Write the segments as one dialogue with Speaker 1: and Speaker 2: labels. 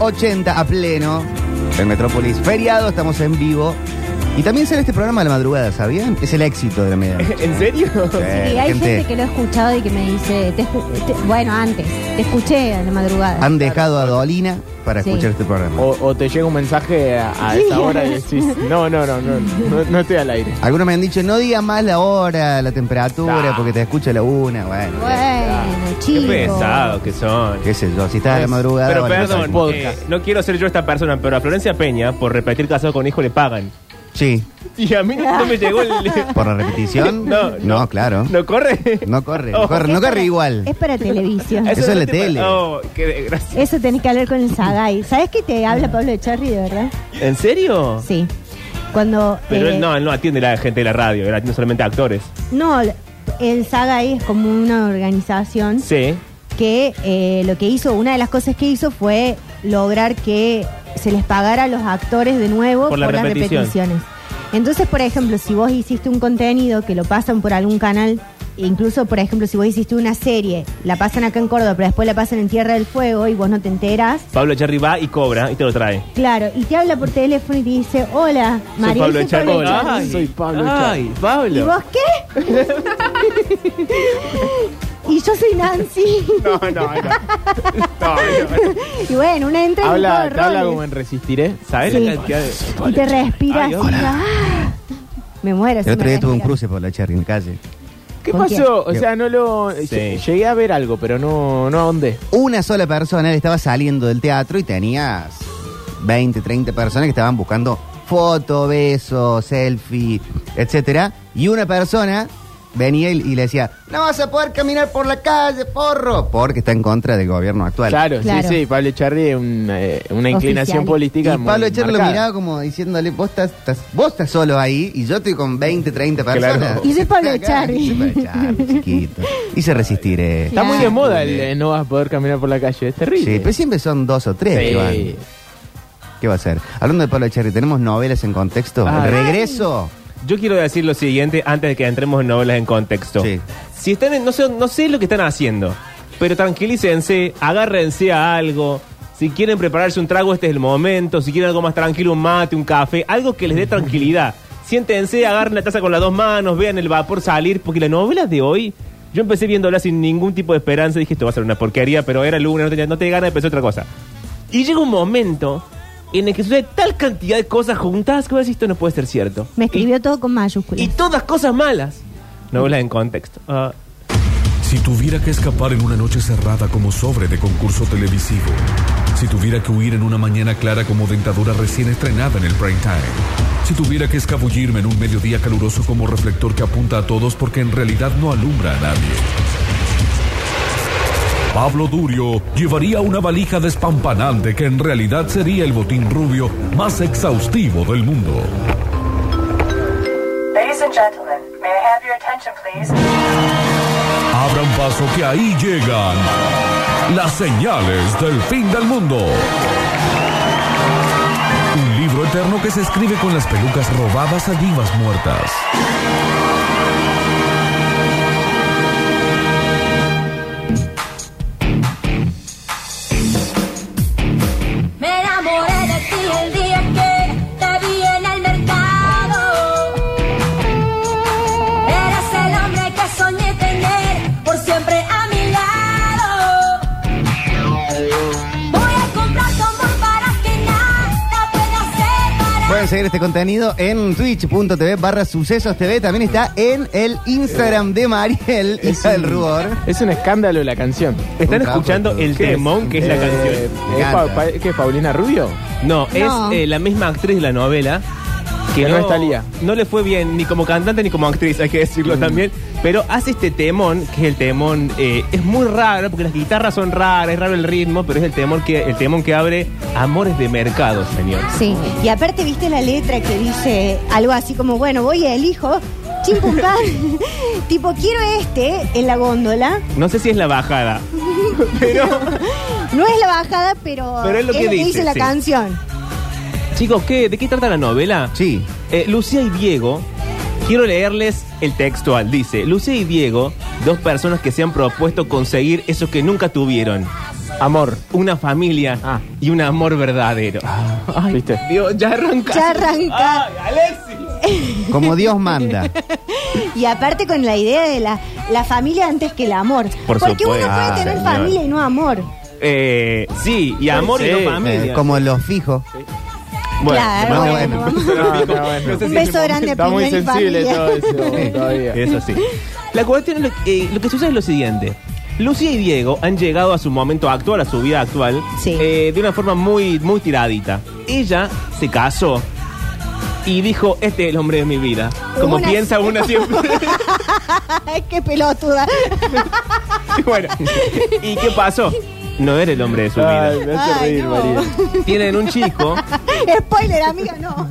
Speaker 1: 80 a pleno en Metrópolis. Feriado, estamos en vivo. Y también sale este programa a la madrugada, ¿sabían? Es el éxito de la medianoche.
Speaker 2: ¿En serio?
Speaker 1: Sí,
Speaker 3: Sí, hay gente... que lo ha escuchado y que me dice, te escu- te- bueno, antes, te escuché en la madrugada.
Speaker 1: Han dejado a Dolina para
Speaker 3: Sí.
Speaker 1: escuchar este programa.
Speaker 2: O, o te llega un mensaje a, a esa hora y decís, no, no, no, no, no, no estoy al aire.
Speaker 1: Algunos me han dicho, no diga más la hora, la temperatura,
Speaker 2: Ah.
Speaker 1: porque te escucho a la una. Bueno,
Speaker 3: bueno,
Speaker 4: Qué
Speaker 3: chicos.
Speaker 4: pesados que son.
Speaker 1: qué sé yo, si estás
Speaker 3: Pues,
Speaker 1: a la madrugada...
Speaker 4: Pero
Speaker 1: vale, no
Speaker 4: perdón,
Speaker 1: sé.
Speaker 2: podcast.
Speaker 4: eh, no quiero ser yo esta persona, pero a Florencia Peña, por repetir casado con hijo, le pagan.
Speaker 1: Sí,
Speaker 4: Y a mí no me llegó el.
Speaker 1: por la repetición.
Speaker 4: No, no.
Speaker 1: claro. No,
Speaker 4: ¿No corre?
Speaker 1: corre,
Speaker 4: Oh.
Speaker 1: no corre, no
Speaker 3: Es
Speaker 1: corre
Speaker 3: para-
Speaker 1: igual.
Speaker 3: Es para televisión.
Speaker 1: Eso es la
Speaker 4: te pa-
Speaker 1: tele. Eh,
Speaker 4: Oh, qué desgracia.
Speaker 3: Eso tenés que hablar con el Sadai. ¿Sabes que te habla Pablo Echarri, de verdad?
Speaker 4: ¿En serio?
Speaker 3: Sí. Cuando.
Speaker 4: Pero
Speaker 3: eh,
Speaker 4: él no, él no atiende a la gente de la radio, él atiende solamente a actores.
Speaker 3: No, el Sadai es como una organización
Speaker 4: Sí.
Speaker 3: que eh, lo que hizo, una de las cosas que hizo fue lograr que se les pagara a los actores de nuevo
Speaker 4: Por la repetición.
Speaker 3: las repeticiones. Entonces, por ejemplo, si vos hiciste un contenido que lo pasan por algún canal, e incluso, por ejemplo, si vos hiciste una serie, la pasan acá en Córdoba, pero después la pasan en Tierra del Fuego y vos no te enteras.
Speaker 4: Pablo Cherry va y cobra y te lo trae.
Speaker 3: Claro, y te habla por teléfono y te dice, hola, María.
Speaker 4: Pablo
Speaker 3: soy Pablo
Speaker 4: Echarri.
Speaker 3: Echarri".
Speaker 4: Ay,
Speaker 2: soy Pablo
Speaker 4: ay,
Speaker 2: Echarri.
Speaker 3: ¿Y
Speaker 4: Pablo.
Speaker 3: vos qué? y yo soy Nancy.
Speaker 4: No, no, no. No, no.
Speaker 3: y bueno, una entra en todo
Speaker 2: Habla,
Speaker 3: el
Speaker 2: te habla
Speaker 3: rol.
Speaker 2: como en Resistiré.
Speaker 4: ¿Sabes
Speaker 3: Sí.
Speaker 4: la cantidad de.?
Speaker 3: Y te respiras.
Speaker 4: Ay,
Speaker 3: y
Speaker 4: hola.
Speaker 3: ah, me muero. si
Speaker 1: El otro
Speaker 3: me
Speaker 1: día tuve un
Speaker 3: respira.
Speaker 1: cruce por la Cherry en calle.
Speaker 2: ¿Qué
Speaker 3: ¿Con
Speaker 2: pasó? O
Speaker 1: quién?
Speaker 2: sea, no lo. lle- Llegué a ver algo, pero no, no ahondé.
Speaker 1: Una sola persona, él estaba saliendo del teatro y tenías 20, 30 personas que estaban buscando foto, beso, selfie, etcétera. Y una persona venía y, y le decía, no vas a poder caminar por la calle, porro, porque está en contra del gobierno actual.
Speaker 2: Claro,
Speaker 3: Claro.
Speaker 2: sí, sí. Pablo Echarri es un, eh, una inclinación
Speaker 3: Oficial.
Speaker 1: Y
Speaker 2: política. muy
Speaker 1: Pablo Echarri lo
Speaker 2: marcada.
Speaker 1: miraba como diciéndole, vos estás, estás- vos estás solo ahí y yo estoy con 20, 30 personas.
Speaker 4: Claro.
Speaker 3: Y soy Pablo
Speaker 1: Acá,
Speaker 3: Echarri.
Speaker 1: y soy Pablo Echarri, chiquito. Y se resistiré.
Speaker 2: Está muy de
Speaker 3: Claro.
Speaker 2: moda el eh, no vas a poder caminar por la calle. Es terrible.
Speaker 1: Sí,
Speaker 4: pues
Speaker 1: pero siempre son dos o tres que van.
Speaker 2: Sí.
Speaker 1: ¿Qué va a ser? Hablando de Pablo Echarri, tenemos novelas en contexto.
Speaker 2: Ah.
Speaker 1: El regreso.
Speaker 4: Yo quiero decir lo siguiente antes de que entremos en novelas en contexto.
Speaker 1: Sí.
Speaker 4: Si están en- no sé, no sé lo que están haciendo, pero tranquilícense, agárrense a algo. Si quieren prepararse un trago, este es el momento. Si quieren algo más tranquilo, un mate, un café, algo que les dé tranquilidad. Siéntense, agarren la taza con las dos manos, vean el vapor salir, porque las novelas de hoy, yo empecé viéndolas sin ningún tipo de esperanza, dije esto va a ser una porquería, pero era lunes, no tenía, no tenía ganas, empecé otra cosa. Y llega un momento en el que sucede tal cantidad de cosas juntas que vos decís, esto no puede ser cierto. Y-
Speaker 3: Me escribió todo con mayúsculas.
Speaker 4: y todas cosas malas. Novelas en contexto. Ah,
Speaker 5: Si tuviera que escapar en una noche cerrada como sobre de concurso televisivo. Si tuviera que huir en una mañana clara como dentadura recién estrenada en el prime time. Si tuviera que escabullirme en un mediodía caluroso como reflector que apunta a todos porque en realidad no alumbra a nadie. Pablo Durio llevaría una valija despampanante que en realidad sería el botín rubio más exhaustivo del mundo.
Speaker 6: Ladies and gentlemen, may I have your attention, please?
Speaker 5: Abran paso que ahí llegan las señales del fin del mundo. Un libro eterno que se escribe con las pelucas robadas a divas muertas.
Speaker 7: Me enamoré de ti el día que te vi en el mercado. Eres el hombre que soñé tener por siempre a mi lado. Voy a comprar tu amor para que nada pueda separar.
Speaker 1: Pueden seguir este contenido en twitch.tv barra sucesos TV. También está en el Instagram de Mariel, hija del rubor.
Speaker 2: Es un escándalo la canción.
Speaker 4: Están
Speaker 1: Un capo
Speaker 4: escuchando
Speaker 1: todo.
Speaker 4: el
Speaker 1: ¿Qué es?
Speaker 4: temón que es la
Speaker 2: Eh,
Speaker 4: canción.
Speaker 2: ¿es
Speaker 1: encanta.
Speaker 2: Pa- pa- ¿Qué es Paulina Rubio?
Speaker 4: No,
Speaker 3: No.
Speaker 4: es eh, la misma actriz de la novela.
Speaker 2: Que no está Lía.
Speaker 4: No le fue bien ni como cantante ni como actriz, hay que decirlo también. Pero hace este temón, que es el temón, eh, es muy raro, porque las guitarras son raras, es raro el ritmo, pero es el temón que, el temón que abre Amores de Mercado, señor.
Speaker 3: Sí. Y aparte, viste la letra que dice algo así como: bueno, voy a elijo. Chim pum, pam. tipo, quiero este en la góndola.
Speaker 4: No sé si es la bajada, pero...
Speaker 3: No es la bajada, pero,
Speaker 4: Pero es lo que dice,
Speaker 3: la
Speaker 4: sí.
Speaker 3: canción.
Speaker 4: Chicos, ¿qué, ¿de qué trata la novela?
Speaker 1: Sí.
Speaker 4: Eh, Lucía y Diego, quiero leerles el textual. Dice, Lucía y Diego, dos personas que se han propuesto conseguir eso que nunca tuvieron.
Speaker 2: Amor.
Speaker 4: Una familia
Speaker 2: Ah.
Speaker 4: y un amor verdadero. Ay,
Speaker 2: ¿Viste?
Speaker 4: Dios, ya arranca.
Speaker 3: Ya arranca.
Speaker 4: Ay, Alexis.
Speaker 1: Como Dios manda. Eh,
Speaker 3: Y aparte con la idea de la, la familia antes que el amor.
Speaker 4: Por
Speaker 3: Porque uno
Speaker 4: supuesto.
Speaker 3: puede
Speaker 1: Ah,
Speaker 3: tener
Speaker 4: señor.
Speaker 3: familia y no amor.
Speaker 4: Eh, sí, y amor y
Speaker 2: Sí.
Speaker 4: no
Speaker 1: Eh,
Speaker 4: familia.
Speaker 1: como los fijos.
Speaker 4: Bueno,
Speaker 3: claro,
Speaker 1: más
Speaker 3: bueno,
Speaker 1: bueno.
Speaker 3: vamos.
Speaker 2: No, no, Ah, bueno.
Speaker 4: No sé
Speaker 3: Un
Speaker 4: si
Speaker 3: beso
Speaker 4: es el
Speaker 3: grande,
Speaker 2: Está muy
Speaker 3: Piña y
Speaker 2: sensible
Speaker 3: familia.
Speaker 2: todo eso todavía.
Speaker 4: Es así. La cuestión es lo, que- eh, lo que sucede es lo siguiente. Lucía y Diego han llegado a su momento actual, a su vida actual,
Speaker 3: Sí.
Speaker 4: eh, de una forma muy, muy tiradita. Ella se casó y dijo, este es el hombre de mi vida. Como
Speaker 3: Una-
Speaker 4: piensa una siempre.
Speaker 3: Ay, qué pelotuda.
Speaker 4: Y bueno, ¿y qué pasó? No era el hombre de su vida.
Speaker 2: Ay, me hace
Speaker 3: Ay,
Speaker 2: reír,
Speaker 3: no.
Speaker 2: María.
Speaker 4: Tienen un chico,
Speaker 3: Spoiler, amiga, no.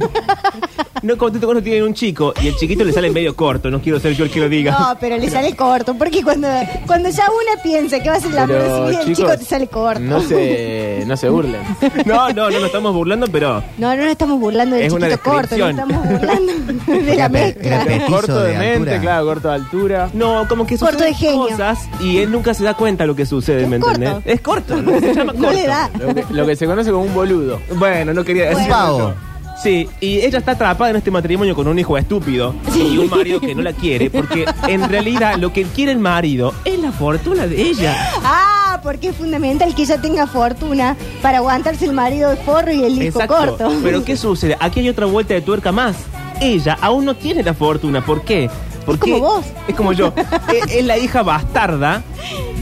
Speaker 4: no contento con eso, tienen un chico y el chiquito le sale medio corto. No quiero ser yo el que lo diga.
Speaker 3: No, pero le sale corto. Porque cuando, cuando ya una piensa que va a ser el amor de su vida, el chico
Speaker 2: chicos,
Speaker 3: te sale corto.
Speaker 2: No se, no se burlen.
Speaker 4: No, no, no nos estamos burlando, pero
Speaker 3: No, no nos estamos burlando del
Speaker 4: Es una
Speaker 3: chiquito corto, no
Speaker 4: descripción.
Speaker 3: estamos burlando de la
Speaker 1: Era pe-
Speaker 3: mezcla.
Speaker 1: era pe- Petizo
Speaker 2: corto de,
Speaker 1: de
Speaker 2: mente,
Speaker 1: altura.
Speaker 2: claro, corto de altura.
Speaker 4: No, como que
Speaker 3: Corto de
Speaker 4: suceden
Speaker 3: genio.
Speaker 4: cosas y él nunca se da cuenta lo que sucede,
Speaker 3: Es
Speaker 4: ¿me entendés?
Speaker 3: corto.
Speaker 4: Es corto, ¿no? se llama corto.
Speaker 3: No le da.
Speaker 2: Lo que, lo que se conoce como un boludo.
Speaker 4: Bueno, no quería decir
Speaker 1: Un pavo.
Speaker 4: Sí, y ella está atrapada en este matrimonio con un hijo estúpido y un marido que no la quiere, porque en realidad lo que quiere el marido es la fortuna de ella.
Speaker 3: Ah, porque es fundamental que ella tenga fortuna para aguantarse el marido de forro y el hijo corto.
Speaker 4: Pero ¿qué sucede? Aquí hay otra vuelta de tuerca más. Ella aún no tiene la fortuna, ¿por qué? Porque
Speaker 3: como vos.
Speaker 4: Es como yo. es, es la hija bastarda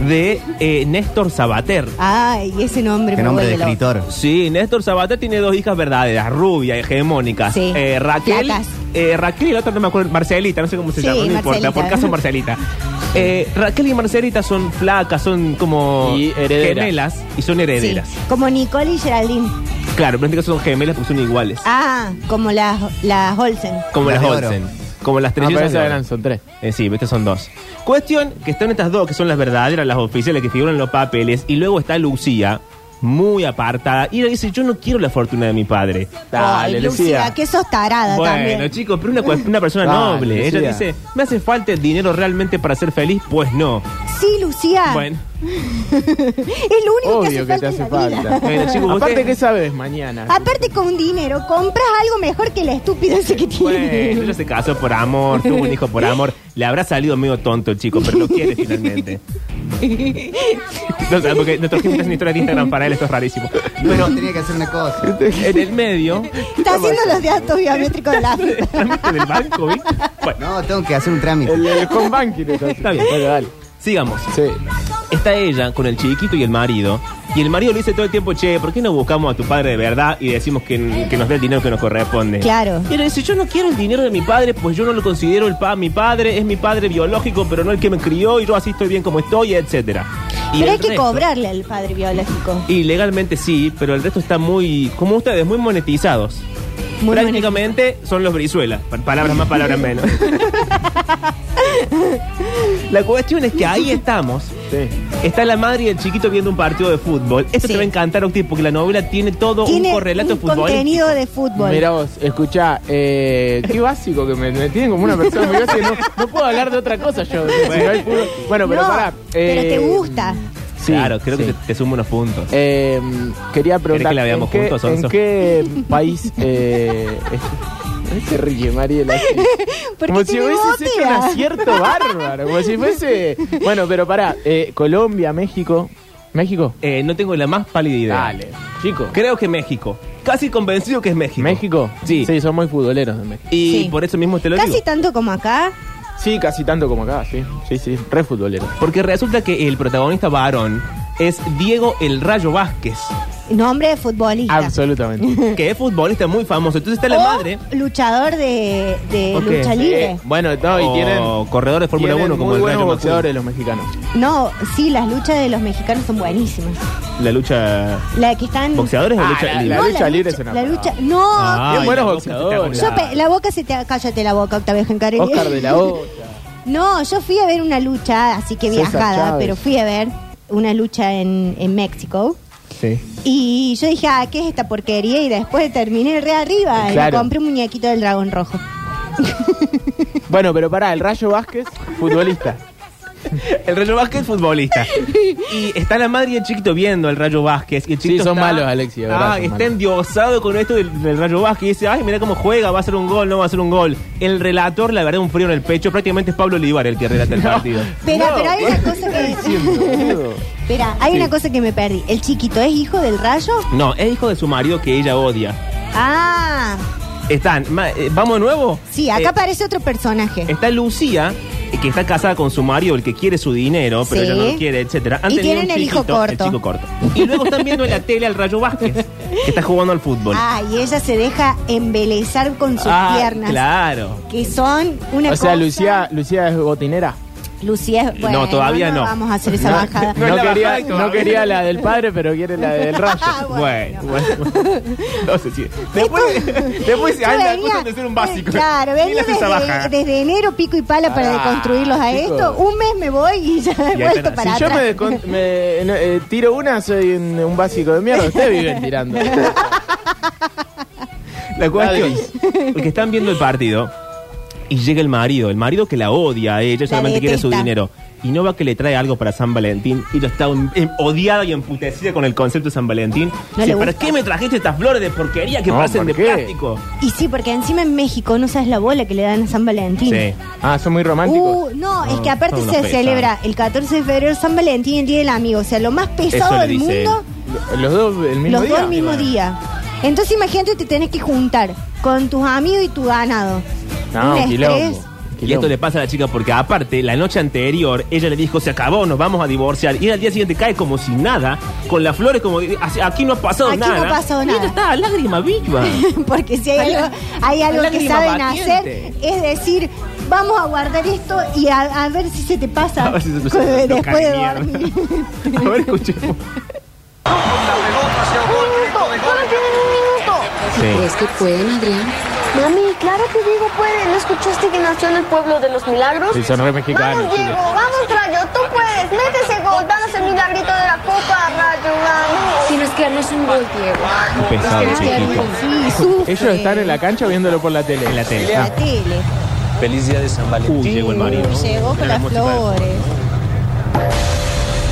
Speaker 4: de eh, Néstor Sabater.
Speaker 3: Ay, ese nombre
Speaker 1: Qué
Speaker 3: me
Speaker 1: nombre de
Speaker 3: vuelve loca.
Speaker 1: escritor.
Speaker 4: Sí, Néstor Sabater tiene dos hijas verdaderas, rubia, hegemónicas.
Speaker 3: Sí.
Speaker 4: Eh, Raquel.
Speaker 3: Flacas.
Speaker 4: eh, Raquel y la otra no me acuerdo, Marcelita, no sé cómo se
Speaker 3: Sí,
Speaker 4: llama, no importa,
Speaker 3: Marcelita.
Speaker 4: por caso Marcelita. Eh, Raquel y Marcelita son flacas, son como
Speaker 2: Y herederas.
Speaker 4: gemelas y son
Speaker 3: Sí,
Speaker 4: herederas.
Speaker 3: como Nicole y Geraldine.
Speaker 4: Claro, pero en este caso son gemelas porque son iguales.
Speaker 3: Ah, como las, las Olsen.
Speaker 4: como las,
Speaker 1: las de oro.
Speaker 4: Olsen. Como las tres
Speaker 2: Ah, pero esas eran, son tres.
Speaker 4: Eh, sí, estas son dos. Cuestión que están estas dos, que son las verdaderas, las oficiales que figuran en los papeles, y luego está Lucía, muy apartada, y ella dice, yo no quiero la fortuna de mi padre.
Speaker 2: Dale,
Speaker 3: Ay, Lucía,
Speaker 2: Lucía.
Speaker 3: que sos tarada
Speaker 4: Bueno,
Speaker 3: también.
Speaker 4: chicos, pero una, cua- una persona
Speaker 2: Ah,
Speaker 4: noble.
Speaker 2: Lucía.
Speaker 4: Ella dice, ¿me hace falta el dinero realmente para ser feliz? Pues no.
Speaker 3: Sí, Lucía.
Speaker 4: Bueno,
Speaker 3: Es lo único
Speaker 2: Obvio
Speaker 3: que
Speaker 2: que te
Speaker 3: hace
Speaker 2: hace
Speaker 3: falta. en la
Speaker 2: falta.
Speaker 3: vida.
Speaker 4: bueno chicos,
Speaker 2: Aparte,
Speaker 4: ustedes-
Speaker 2: ¿qué sabes mañana?
Speaker 3: Aparte con dinero, compras algo mejor que la estúpida ese que tiene.
Speaker 4: Bueno, ella se casó por amor, tuvo un hijo por amor. Le habrá salido medio tonto el chico, pero lo quiere finalmente. No sé, porque nuestro gente es una historia de Instagram para él, esto es rarísimo. Pero
Speaker 1: Bueno, tenía que hacer una cosa.
Speaker 4: en el medio,
Speaker 3: Está haciendo los datos biométricos de la
Speaker 4: el trámite del banco, ¿viste? Bueno,
Speaker 1: No, tengo que hacer un trámite.
Speaker 2: El, el home banking. entonces.
Speaker 4: Está bien.
Speaker 2: Bueno, dale.
Speaker 4: sigamos.
Speaker 2: Sí.
Speaker 4: Está ella con el chiquito y el marido. Y el marido le dice todo el tiempo, che, ¿por qué no buscamos a tu padre de verdad y decimos que, que nos dé el dinero que nos corresponde?
Speaker 3: Claro.
Speaker 4: Y él dice, yo no quiero el dinero de mi padre, pues yo no lo considero el pa mi padre, es mi padre biológico, pero no el que me crió y yo así estoy bien como estoy, etcétera. Y
Speaker 3: Pero
Speaker 4: el
Speaker 3: hay que
Speaker 4: resto-
Speaker 3: cobrarle al padre biológico.
Speaker 4: Y legalmente sí, pero el resto está muy, como ustedes, muy monetizados.
Speaker 3: Muy
Speaker 4: Prácticamente son los brizuelas. Pa- Palabras más, palabras menos. La cuestión es que ahí estamos.
Speaker 2: Sí.
Speaker 4: Está la madre y el chiquito viendo un partido de fútbol. Esto
Speaker 3: Sí.
Speaker 4: te va a encantar, Octi, porque la novela tiene todo
Speaker 3: Tiene
Speaker 4: un correlato
Speaker 3: un
Speaker 4: futbolístico.
Speaker 3: contenido de fútbol.
Speaker 2: Mira vos, escuchá, eh, qué básico que me, me tienen como una persona muy básica. No, no puedo hablar de otra cosa yo. si no hay fútbol. Bueno, pero
Speaker 3: No,
Speaker 2: pará.
Speaker 3: pero
Speaker 2: eh,
Speaker 3: te gusta.
Speaker 2: Sí,
Speaker 4: claro, creo que
Speaker 2: sí.
Speaker 4: te, te sumo unos puntos.
Speaker 2: Eh, quería preguntar
Speaker 4: que la veamos
Speaker 2: ¿en, qué,
Speaker 4: juntos, Sonso?
Speaker 2: en qué país eh, es- se ríe Mariela así?
Speaker 3: Porque
Speaker 2: como si
Speaker 3: tiene
Speaker 2: hubiese
Speaker 3: botea.
Speaker 2: hecho un acierto bárbaro como si fuese bueno pero pará eh, Colombia México México
Speaker 4: Eh, no tengo la más pálida idea.
Speaker 2: dale chico
Speaker 4: Creo que México. Casi convencido que es México.
Speaker 2: México
Speaker 4: Sí.
Speaker 2: sí son muy futboleros de México
Speaker 4: Y
Speaker 3: Sí.
Speaker 4: por eso mismo te lo
Speaker 3: Casi
Speaker 4: digo.
Speaker 3: tanto como acá.
Speaker 2: sí casi tanto como acá sí sí sí re futboleros
Speaker 4: Porque resulta que el protagonista varón es Diego El Rayo Vázquez,
Speaker 3: Nombre de futbolista.
Speaker 2: absolutamente
Speaker 4: que es futbolista muy famoso. Entonces está la
Speaker 3: O
Speaker 4: madre.
Speaker 3: Luchador de, de
Speaker 4: ¿Por qué?
Speaker 3: lucha
Speaker 4: Sí.
Speaker 3: libre.
Speaker 2: bueno no, y
Speaker 4: o
Speaker 2: tienen
Speaker 4: corredor de Oh, Fórmula
Speaker 2: tienen
Speaker 4: 1 como
Speaker 2: muy
Speaker 4: el
Speaker 2: buenos
Speaker 4: Rayo Vázquez.
Speaker 2: boxeadores los mexicanos
Speaker 3: No, sí, las luchas de los mexicanos son buenísimas.
Speaker 4: La lucha.
Speaker 3: La que están.
Speaker 4: ¿Boxeadores o
Speaker 2: Ah,
Speaker 4: lucha
Speaker 2: la-
Speaker 4: libre?
Speaker 2: la-
Speaker 3: No,
Speaker 2: lucha libre es una
Speaker 3: La
Speaker 2: parada.
Speaker 3: lucha. No.
Speaker 4: Ah,
Speaker 2: Bien
Speaker 4: y
Speaker 2: buenos
Speaker 4: la boca
Speaker 2: boxeadores.
Speaker 4: se te
Speaker 3: Yo pe- la boca se te. Cállate la boca, Octavio Gencarelli.
Speaker 2: Oscar de la O
Speaker 3: No, yo fui a ver una lucha, así que
Speaker 2: César
Speaker 3: viajada,
Speaker 2: Chávez.
Speaker 3: pero fui a ver una lucha en, en México.
Speaker 2: sí
Speaker 3: Y yo dije, ah, ¿qué es esta porquería? Y después terminé re arriba y me
Speaker 2: Claro.
Speaker 3: compré un muñequito del dragón rojo.
Speaker 2: Bueno, pero pará, el Rayo Vázquez, futbolista.
Speaker 4: El Rayo Vázquez futbolista. Y está la madre y el chiquito viendo al Rayo Vázquez. Y el
Speaker 2: Sí,
Speaker 4: chiquito
Speaker 2: son
Speaker 4: está-
Speaker 2: malos, Alexis, de verdad,
Speaker 4: Ah,
Speaker 2: son
Speaker 4: está
Speaker 2: malos.
Speaker 4: endiosado con esto del, del Rayo Vázquez. Y dice, ay, mira cómo juega, va a hacer un gol, no va a hacer un gol. El relator, la verdad, un frío en el pecho. Prácticamente es Pablo Olivar el que relata el partido.
Speaker 3: Espera, pero hay una cosa que. Espera, hay
Speaker 4: Sí.
Speaker 3: una cosa que me perdí. ¿El chiquito es hijo del rayo?
Speaker 4: No, es hijo de su marido que ella odia.
Speaker 3: Ah,
Speaker 4: Están, ma- eh, ¿vamos de nuevo?
Speaker 3: sí, acá
Speaker 4: Eh,
Speaker 3: aparece otro personaje.
Speaker 4: Está Lucía, eh, que está casada con su marido, el que quiere su dinero, pero
Speaker 3: Sí.
Speaker 4: ella no lo quiere, etcétera.
Speaker 3: Y
Speaker 4: tenido
Speaker 3: tienen el hijo corto.
Speaker 4: el chico corto. Y luego están viendo en la tele al Rayo Vázquez, que está jugando al fútbol.
Speaker 3: Ah, y ella se deja embelezar con sus
Speaker 4: Ah,
Speaker 3: piernas.
Speaker 4: Claro.
Speaker 3: Que son una
Speaker 2: O sea,
Speaker 3: cosa-
Speaker 2: Lucía, Lucía es botinera.
Speaker 3: Lucía, es- bueno,
Speaker 4: todavía no.
Speaker 3: Vamos a hacer esa bajada.
Speaker 4: No es
Speaker 2: No,
Speaker 4: la
Speaker 2: quería,
Speaker 4: bajada
Speaker 2: no
Speaker 4: todavía.
Speaker 2: quería la del padre, pero quiere la del rayo.
Speaker 3: Ah,
Speaker 4: Bueno, bueno, bueno. No sé si. Después, después
Speaker 3: Yo
Speaker 4: hay la
Speaker 3: venía-
Speaker 4: cosa de ser un básico.
Speaker 3: Claro,
Speaker 4: Y le
Speaker 3: venía
Speaker 4: hace esa baja.
Speaker 3: desde, desde enero pico y pala para
Speaker 2: Ah,
Speaker 3: deconstruirlos a
Speaker 2: chicos.
Speaker 3: esto. Un mes me voy y ya he
Speaker 4: ahí
Speaker 3: vuelto
Speaker 4: están.
Speaker 3: para
Speaker 2: si yo
Speaker 3: atrás.
Speaker 2: me, descon- me- no, eh, tiro una, soy un, un básico de mierda. Ustedes viven tirando.
Speaker 4: La cuestión porque están viendo el partido y llega el marido, el marido que la odia a ella, solamente quiere su
Speaker 3: detesta.
Speaker 4: dinero. Y no va que le trae algo para San Valentín y lo está un- em- odiada y emputecida con el concepto de San Valentín.
Speaker 3: No
Speaker 4: Dice,
Speaker 3: le
Speaker 4: ¿Para
Speaker 3: gusta".
Speaker 4: qué me trajiste estas flores de porquería que
Speaker 2: No,
Speaker 4: parecen
Speaker 2: ¿por
Speaker 4: de
Speaker 2: qué?
Speaker 4: plástico?
Speaker 3: Y sí, porque encima en México no sabes la bola que le dan a San Valentín.
Speaker 4: Sí.
Speaker 2: Ah, son muy románticos.
Speaker 3: Uh, no, es que aparte
Speaker 4: son unos
Speaker 3: se
Speaker 4: pesados.
Speaker 3: celebra el 14 de febrero San Valentín y el Día del Amigo. O sea, lo más pesado
Speaker 4: Eso le
Speaker 3: del
Speaker 4: dice
Speaker 3: mundo,
Speaker 2: Los dos el mismo
Speaker 3: los
Speaker 2: día.
Speaker 3: dos el mismo día. Entonces imagínate, te tenés que juntar con tus amigos y tu ganado.
Speaker 2: No,
Speaker 3: Un
Speaker 2: un quilombo.
Speaker 3: estrés.
Speaker 4: Y esto le pasa a la chica porque aparte, la noche anterior, ella le dijo, se acabó, nos vamos a divorciar. Y al día siguiente cae como si nada, con las flores como, "Así- aquí no ha pasado
Speaker 3: Aquí no
Speaker 4: nada.
Speaker 3: ha pasado
Speaker 4: Y ella
Speaker 3: nada.
Speaker 4: está a lágrima viva.
Speaker 3: Porque si hay algo, hay algo que
Speaker 4: Lágrima
Speaker 3: saben
Speaker 4: batiente.
Speaker 3: hacer, es decir, vamos a guardar esto y a, a ver si se te pasa
Speaker 4: A ver si se te
Speaker 3: co-
Speaker 4: pasa.
Speaker 3: después de
Speaker 4: Cariño.
Speaker 3: dormir.
Speaker 4: a ver, escuchemos. Sí.
Speaker 8: ¿Crees que pueden, Adrián?
Speaker 9: Mami, claro que digo puede. ¿No escuchaste que nació en el pueblo de los milagros?
Speaker 2: Sí, son re mexicanos,
Speaker 9: Vamos, Diego, vamos, Rayo, tú puedes. Mete ese gol, danos el milagrito de la copa, Rayo, vamos.
Speaker 8: Tienes que darnos un gol, Diego.
Speaker 4: Muy pesado,
Speaker 3: Claro,
Speaker 4: chiquito.
Speaker 3: sí, sufre.
Speaker 2: Ellos están en la cancha o viéndolo por la tele.
Speaker 4: En la tele.
Speaker 2: Ah,
Speaker 3: La tele.
Speaker 10: Feliz día de San Valentín.
Speaker 4: Uy, llegó el marido.
Speaker 3: Llegó con las flores.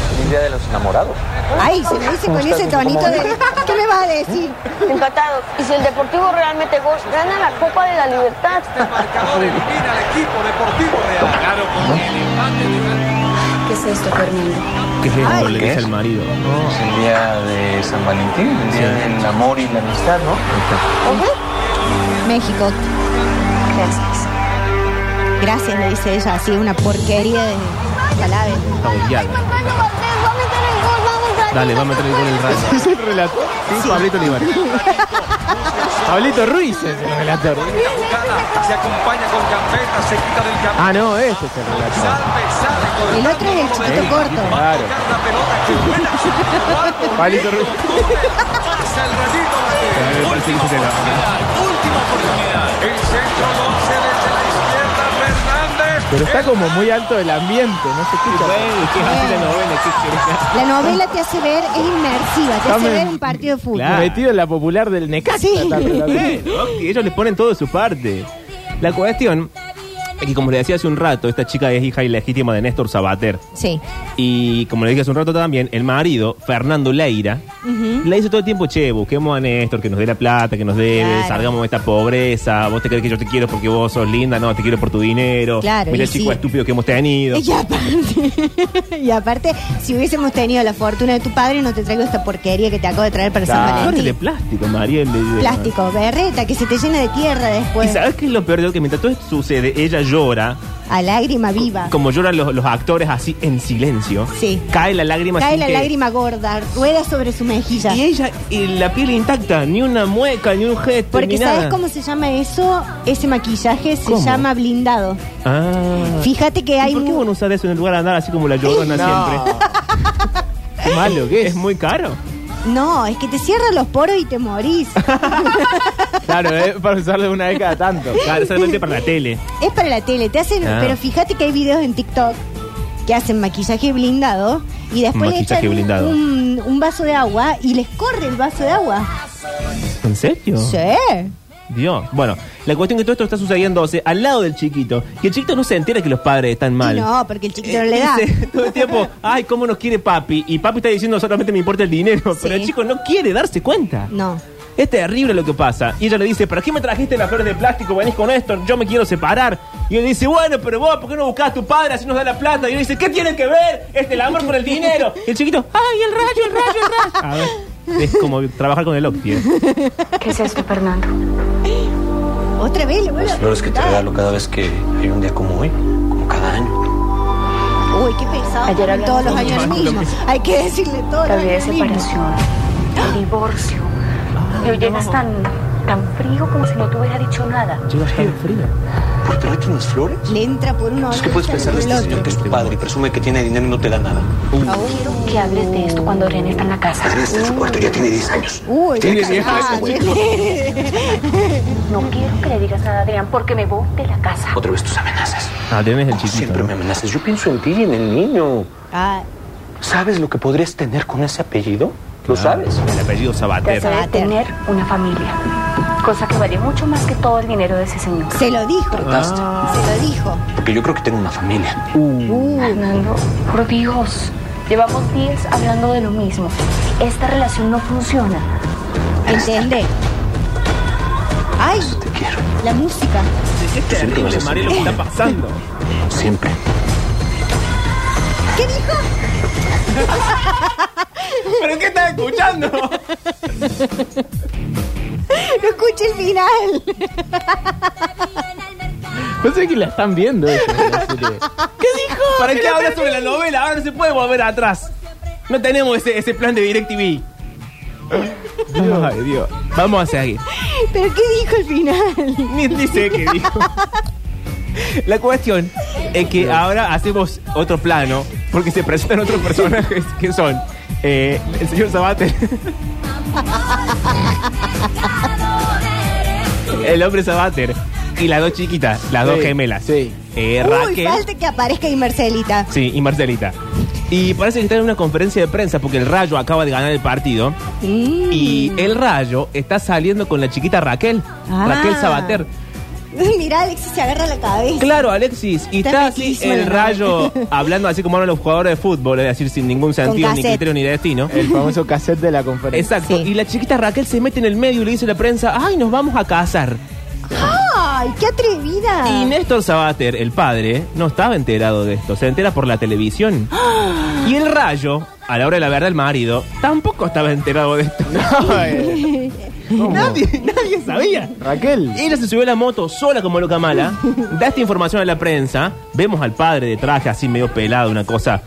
Speaker 10: Feliz día de los enamorados.
Speaker 3: Ay, se me dice con ese tonito de. ¿Qué me vas a decir?
Speaker 9: Empatados. Y si el Deportivo Real mete gol, gana la Copa de la Libertad.
Speaker 8: ¿Qué es esto, Fernando?
Speaker 4: ¿Qué es esto?
Speaker 3: Ay.
Speaker 4: Le dice al marido.
Speaker 10: Es el día de San Valentín, el día del amor y la amistad, ¿no?
Speaker 3: México. Gracias. Gracias, le dice ella, así una porquería de jalabe.
Speaker 4: Está odiada.
Speaker 9: Rayo Valdés, va a meter el gol, vamos, Rayo.
Speaker 4: Dale, va a meter el gol el rayo.
Speaker 2: Es el relator. Sí, Pablito Olivares. Pablito Ruiz es el relator.
Speaker 10: Se acompaña con gambeta, se quita del camino.
Speaker 2: Ah, no, este es el relator.
Speaker 3: El otro es el chiquito corto.
Speaker 2: Claro. Pablito Ruiz. Pero está como muy alto el ambiente, no se escucha.
Speaker 4: ¿Qué es así la novela? ¿Qué querés que haga?
Speaker 3: La novela te hace ver, es inmersiva, te hace
Speaker 2: Dame-
Speaker 3: ver un partido de fútbol.
Speaker 4: Claro.
Speaker 2: Metido en la popular del Necaxa.
Speaker 3: Sí.
Speaker 2: está el relator.
Speaker 4: Bueno, ok, ellos le ponen todo de su parte. La cuestión es que, como les decía hace un rato, esta chica es hija ilegítima de Néstor Sabater.
Speaker 3: Sí.
Speaker 4: Y como le dije hace un rato también, el marido, Fernando Leira, le dice todo el tiempo, che, busquemos a Néstor, que nos dé la plata, que nos debe,
Speaker 3: Claro.
Speaker 4: salgamos de esta pobreza, vos te crees que yo te quiero porque vos sos linda, no, te quiero por tu dinero.
Speaker 3: Claro,
Speaker 4: Mira
Speaker 3: y
Speaker 4: el chico
Speaker 3: sí.
Speaker 4: estúpido que hemos tenido.
Speaker 3: Y aparte, y aparte, si hubiésemos tenido la fortuna de tu padre, no te traigo esta porquería que te acabo de traer para San
Speaker 4: Claro. Flores de
Speaker 3: Valentín.
Speaker 4: plástico, María. le dice.
Speaker 3: Plástico, berreta, que se te llena de tierra
Speaker 4: Y
Speaker 3: después.
Speaker 4: sabes qué es lo peor de que mientras todo esto sucede, ella llora,
Speaker 3: A lágrima viva.
Speaker 4: como lloran los, los actores así en silencio.
Speaker 3: Sí.
Speaker 4: Cae la lágrima
Speaker 3: Cae
Speaker 4: sin
Speaker 3: la
Speaker 4: que-
Speaker 3: lágrima gorda, rueda sobre su mejilla.
Speaker 4: Y ella, y la piel intacta, ni una mueca, ni un gesto. ni
Speaker 3: Porque ¿sabes
Speaker 4: nada.
Speaker 3: cómo se llama eso? Ese maquillaje se
Speaker 4: ¿Cómo?
Speaker 3: llama blindado.
Speaker 4: Ah.
Speaker 3: Fíjate que hay...
Speaker 4: ¿Y ¿Por qué
Speaker 3: mu-
Speaker 4: vos no usás eso en el lugar de andar así como la llorona siempre?
Speaker 2: Qué malo que
Speaker 4: ¿Qué?
Speaker 2: es.
Speaker 4: Es muy caro.
Speaker 3: No, es que te cierran los poros y te morís.
Speaker 2: Claro, es para usarlo una vez cada tanto.
Speaker 4: Claro, solamente para la tele.
Speaker 3: es para la tele, te hacen...
Speaker 4: Ah.
Speaker 3: Pero fíjate que hay videos en TikTok que hacen maquillaje blindado y después le
Speaker 4: Maquillaje
Speaker 3: echan un-
Speaker 4: blindado.
Speaker 3: Un, un vaso de agua y les corre el vaso de agua.
Speaker 4: ¿En serio?
Speaker 3: Sí.
Speaker 4: Dios. Bueno, la cuestión que todo esto está sucediendo o sea, al lado del chiquito. Y el chiquito no se entera que los padres están mal.
Speaker 3: Y no, porque el chiquito no le
Speaker 4: Eh,
Speaker 3: da.
Speaker 4: dice todo el tiempo, ay, cómo nos quiere papi. Y papi está diciendo, solamente me importa el dinero.
Speaker 3: Sí.
Speaker 4: Pero el chico no quiere darse cuenta.
Speaker 3: No.
Speaker 4: Es terrible lo que pasa. Y ella le dice, ¿para qué me trajiste las flores de plástico? Venís con esto, yo me quiero separar. Y él dice, bueno, pero vos, ¿por qué no buscás a tu padre? Así nos da la plata. Y él dice, ¿qué tiene que ver este el amor con el dinero? Y el chiquito, ay, el rayo, el rayo, el rayo. A ver, es como trabajar con el Octi. eh.
Speaker 8: ¿Qué es esto, Fernando?
Speaker 3: Otra vez le vuelve
Speaker 10: Las
Speaker 3: a
Speaker 10: flores que te
Speaker 3: preguntar.
Speaker 10: regalo cada vez que hay un día como hoy, como cada año.
Speaker 3: Uy, qué pesado.
Speaker 8: Ayer
Speaker 3: Ayer
Speaker 8: hablamos
Speaker 3: todos los
Speaker 8: de
Speaker 3: años
Speaker 8: un
Speaker 3: lo
Speaker 8: chico.
Speaker 3: mismo. Hay que decirle todos
Speaker 8: La
Speaker 3: los
Speaker 8: vida de
Speaker 3: años lo mismo.
Speaker 8: separación, el divorcio. Pero llegas tan, tan frío como si no te hubiera dicho nada.
Speaker 10: ¿Por traerte unas flores?
Speaker 3: Le entra por uno.
Speaker 10: Es que puedes pensar de este señor que es tu padre y presume que tiene dinero y no te da nada.
Speaker 8: Quiero que hables de esto cuando René está en la casa.
Speaker 10: Adrián está en su cuarto, ya tiene 10 años.
Speaker 3: Uy,
Speaker 10: Tiene
Speaker 3: qué
Speaker 10: diez años, güey.
Speaker 3: padre.
Speaker 8: No quiero que le digas a Adrián porque me voy de la casa.
Speaker 10: Otra vez tus amenazas.
Speaker 4: Ah, tenés el
Speaker 10: Como
Speaker 4: chiquito.
Speaker 10: siempre
Speaker 4: ¿no?
Speaker 10: me amenazas. Yo pienso en ti y en el niño.
Speaker 3: Ah,
Speaker 10: ¿Sabes lo que podrías tener con ese apellido? ¿Lo sabes?
Speaker 4: El apellido
Speaker 8: Te
Speaker 4: Sabater.
Speaker 8: hace tener una familia. Cosa que vale mucho más que todo el dinero de ese señor.
Speaker 3: se lo dijo.
Speaker 10: Trataste.
Speaker 3: Se lo dijo.
Speaker 10: Porque yo creo que tengo una familia.
Speaker 8: Fernando, por Dios. Llevamos días hablando de lo mismo. Esta relación no funciona.
Speaker 3: ¿Entendés? Ay,
Speaker 10: Te quiero.
Speaker 3: la música.
Speaker 4: Qué terrible, María, lo que está pasando.
Speaker 10: Siempre.
Speaker 3: ¿Qué dijo?
Speaker 4: ¿Pero qué estás escuchando?
Speaker 3: No escuché el final.
Speaker 2: Pensé que la están viendo. ellos, la serie.
Speaker 4: ¿Para qué hablas sobre la novela? Ahora no se puede volver atrás. No tenemos ese, ese plan de DirecTV. Dios, ay, Dios. Vamos a seguir.
Speaker 3: ¿Pero qué dijo el final?
Speaker 4: Ni, ni sé qué dijo. La cuestión es que ahora hacemos otro plano porque se presentan otros personajes que son eh, el señor Sabater, el hombre Sabater y las dos chiquitas, las dos
Speaker 2: Sí,
Speaker 4: gemelas.
Speaker 2: sí.
Speaker 4: Eh,
Speaker 3: Uy,
Speaker 4: Raquel.
Speaker 3: falta que aparezca y Marcelita.
Speaker 4: Sí, y Marcelita. Y parece que está en una conferencia de prensa porque el Rayo acaba de ganar el partido.
Speaker 3: Mm.
Speaker 4: Y el Rayo está saliendo con la chiquita Raquel.
Speaker 3: Ah.
Speaker 4: Raquel Sabater.
Speaker 3: Mirá, Alexis se agarra la cabeza.
Speaker 4: Claro, Alexis. Y
Speaker 3: Está
Speaker 4: está así
Speaker 3: riquísimo
Speaker 4: el
Speaker 3: el
Speaker 4: Rayo hablando así como hablan los jugadores de fútbol, es decir, sin ningún sentido, ni
Speaker 3: cassette. Eh,
Speaker 4: criterio, ni destino.
Speaker 2: El famoso cassette de la conferencia.
Speaker 4: Exacto.
Speaker 3: Sí.
Speaker 4: Y la chiquita Raquel se mete en el medio y le dice a la prensa, ay, nos vamos a casar.
Speaker 3: ¡Ay, qué atrevida!
Speaker 4: Y Néstor Sabater, el padre, no estaba enterado de esto. Se entera por la televisión. Y el rayo, a la hora de la verdad, el marido, tampoco estaba enterado de esto.
Speaker 2: eh.
Speaker 4: nadie, nadie sabía.
Speaker 2: Raquel.
Speaker 4: Ella se subió a la moto sola como loca mala, da esta información a la prensa, vemos al padre de traje así medio pelado, una cosa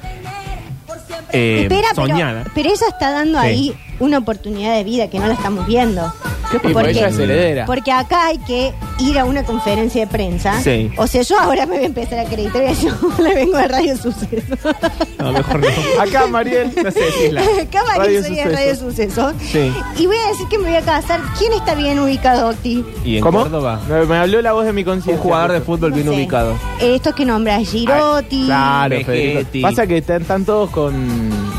Speaker 4: eh,
Speaker 3: Espera, pero-
Speaker 4: soñada.
Speaker 3: Pero, ella está dando
Speaker 4: Sí.
Speaker 3: ahí una oportunidad de vida que no la estamos viendo.
Speaker 2: ¿Qué pasó?
Speaker 3: Porque-
Speaker 2: Ella es heredera.
Speaker 3: Porque acá hay que ir a una conferencia de prensa.
Speaker 4: Sí.
Speaker 3: O sea, yo ahora me voy a empezar a acreditar que yo le vengo de Radio Suceso.
Speaker 4: No, mejor no.
Speaker 2: Acá, Mariel.
Speaker 4: No sé, si es la-
Speaker 3: Acá María
Speaker 2: Radio
Speaker 3: soy de
Speaker 2: Suceso.
Speaker 3: Radio Suceso.
Speaker 4: Sí.
Speaker 3: Y voy a decir que me voy a casar. ¿Quién está bien ubicado, Octi?
Speaker 4: Y en
Speaker 2: ¿Cómo?
Speaker 4: Córdoba,
Speaker 2: Me, me habló la voz de mi conciencia.
Speaker 4: un jugador de
Speaker 2: justo.
Speaker 4: fútbol bien
Speaker 3: No sé.
Speaker 4: ubicado.
Speaker 3: Estos que nombras, Girotti.
Speaker 2: Claro,
Speaker 4: Vegetti.
Speaker 2: Federico. Pasa que están, están todos con.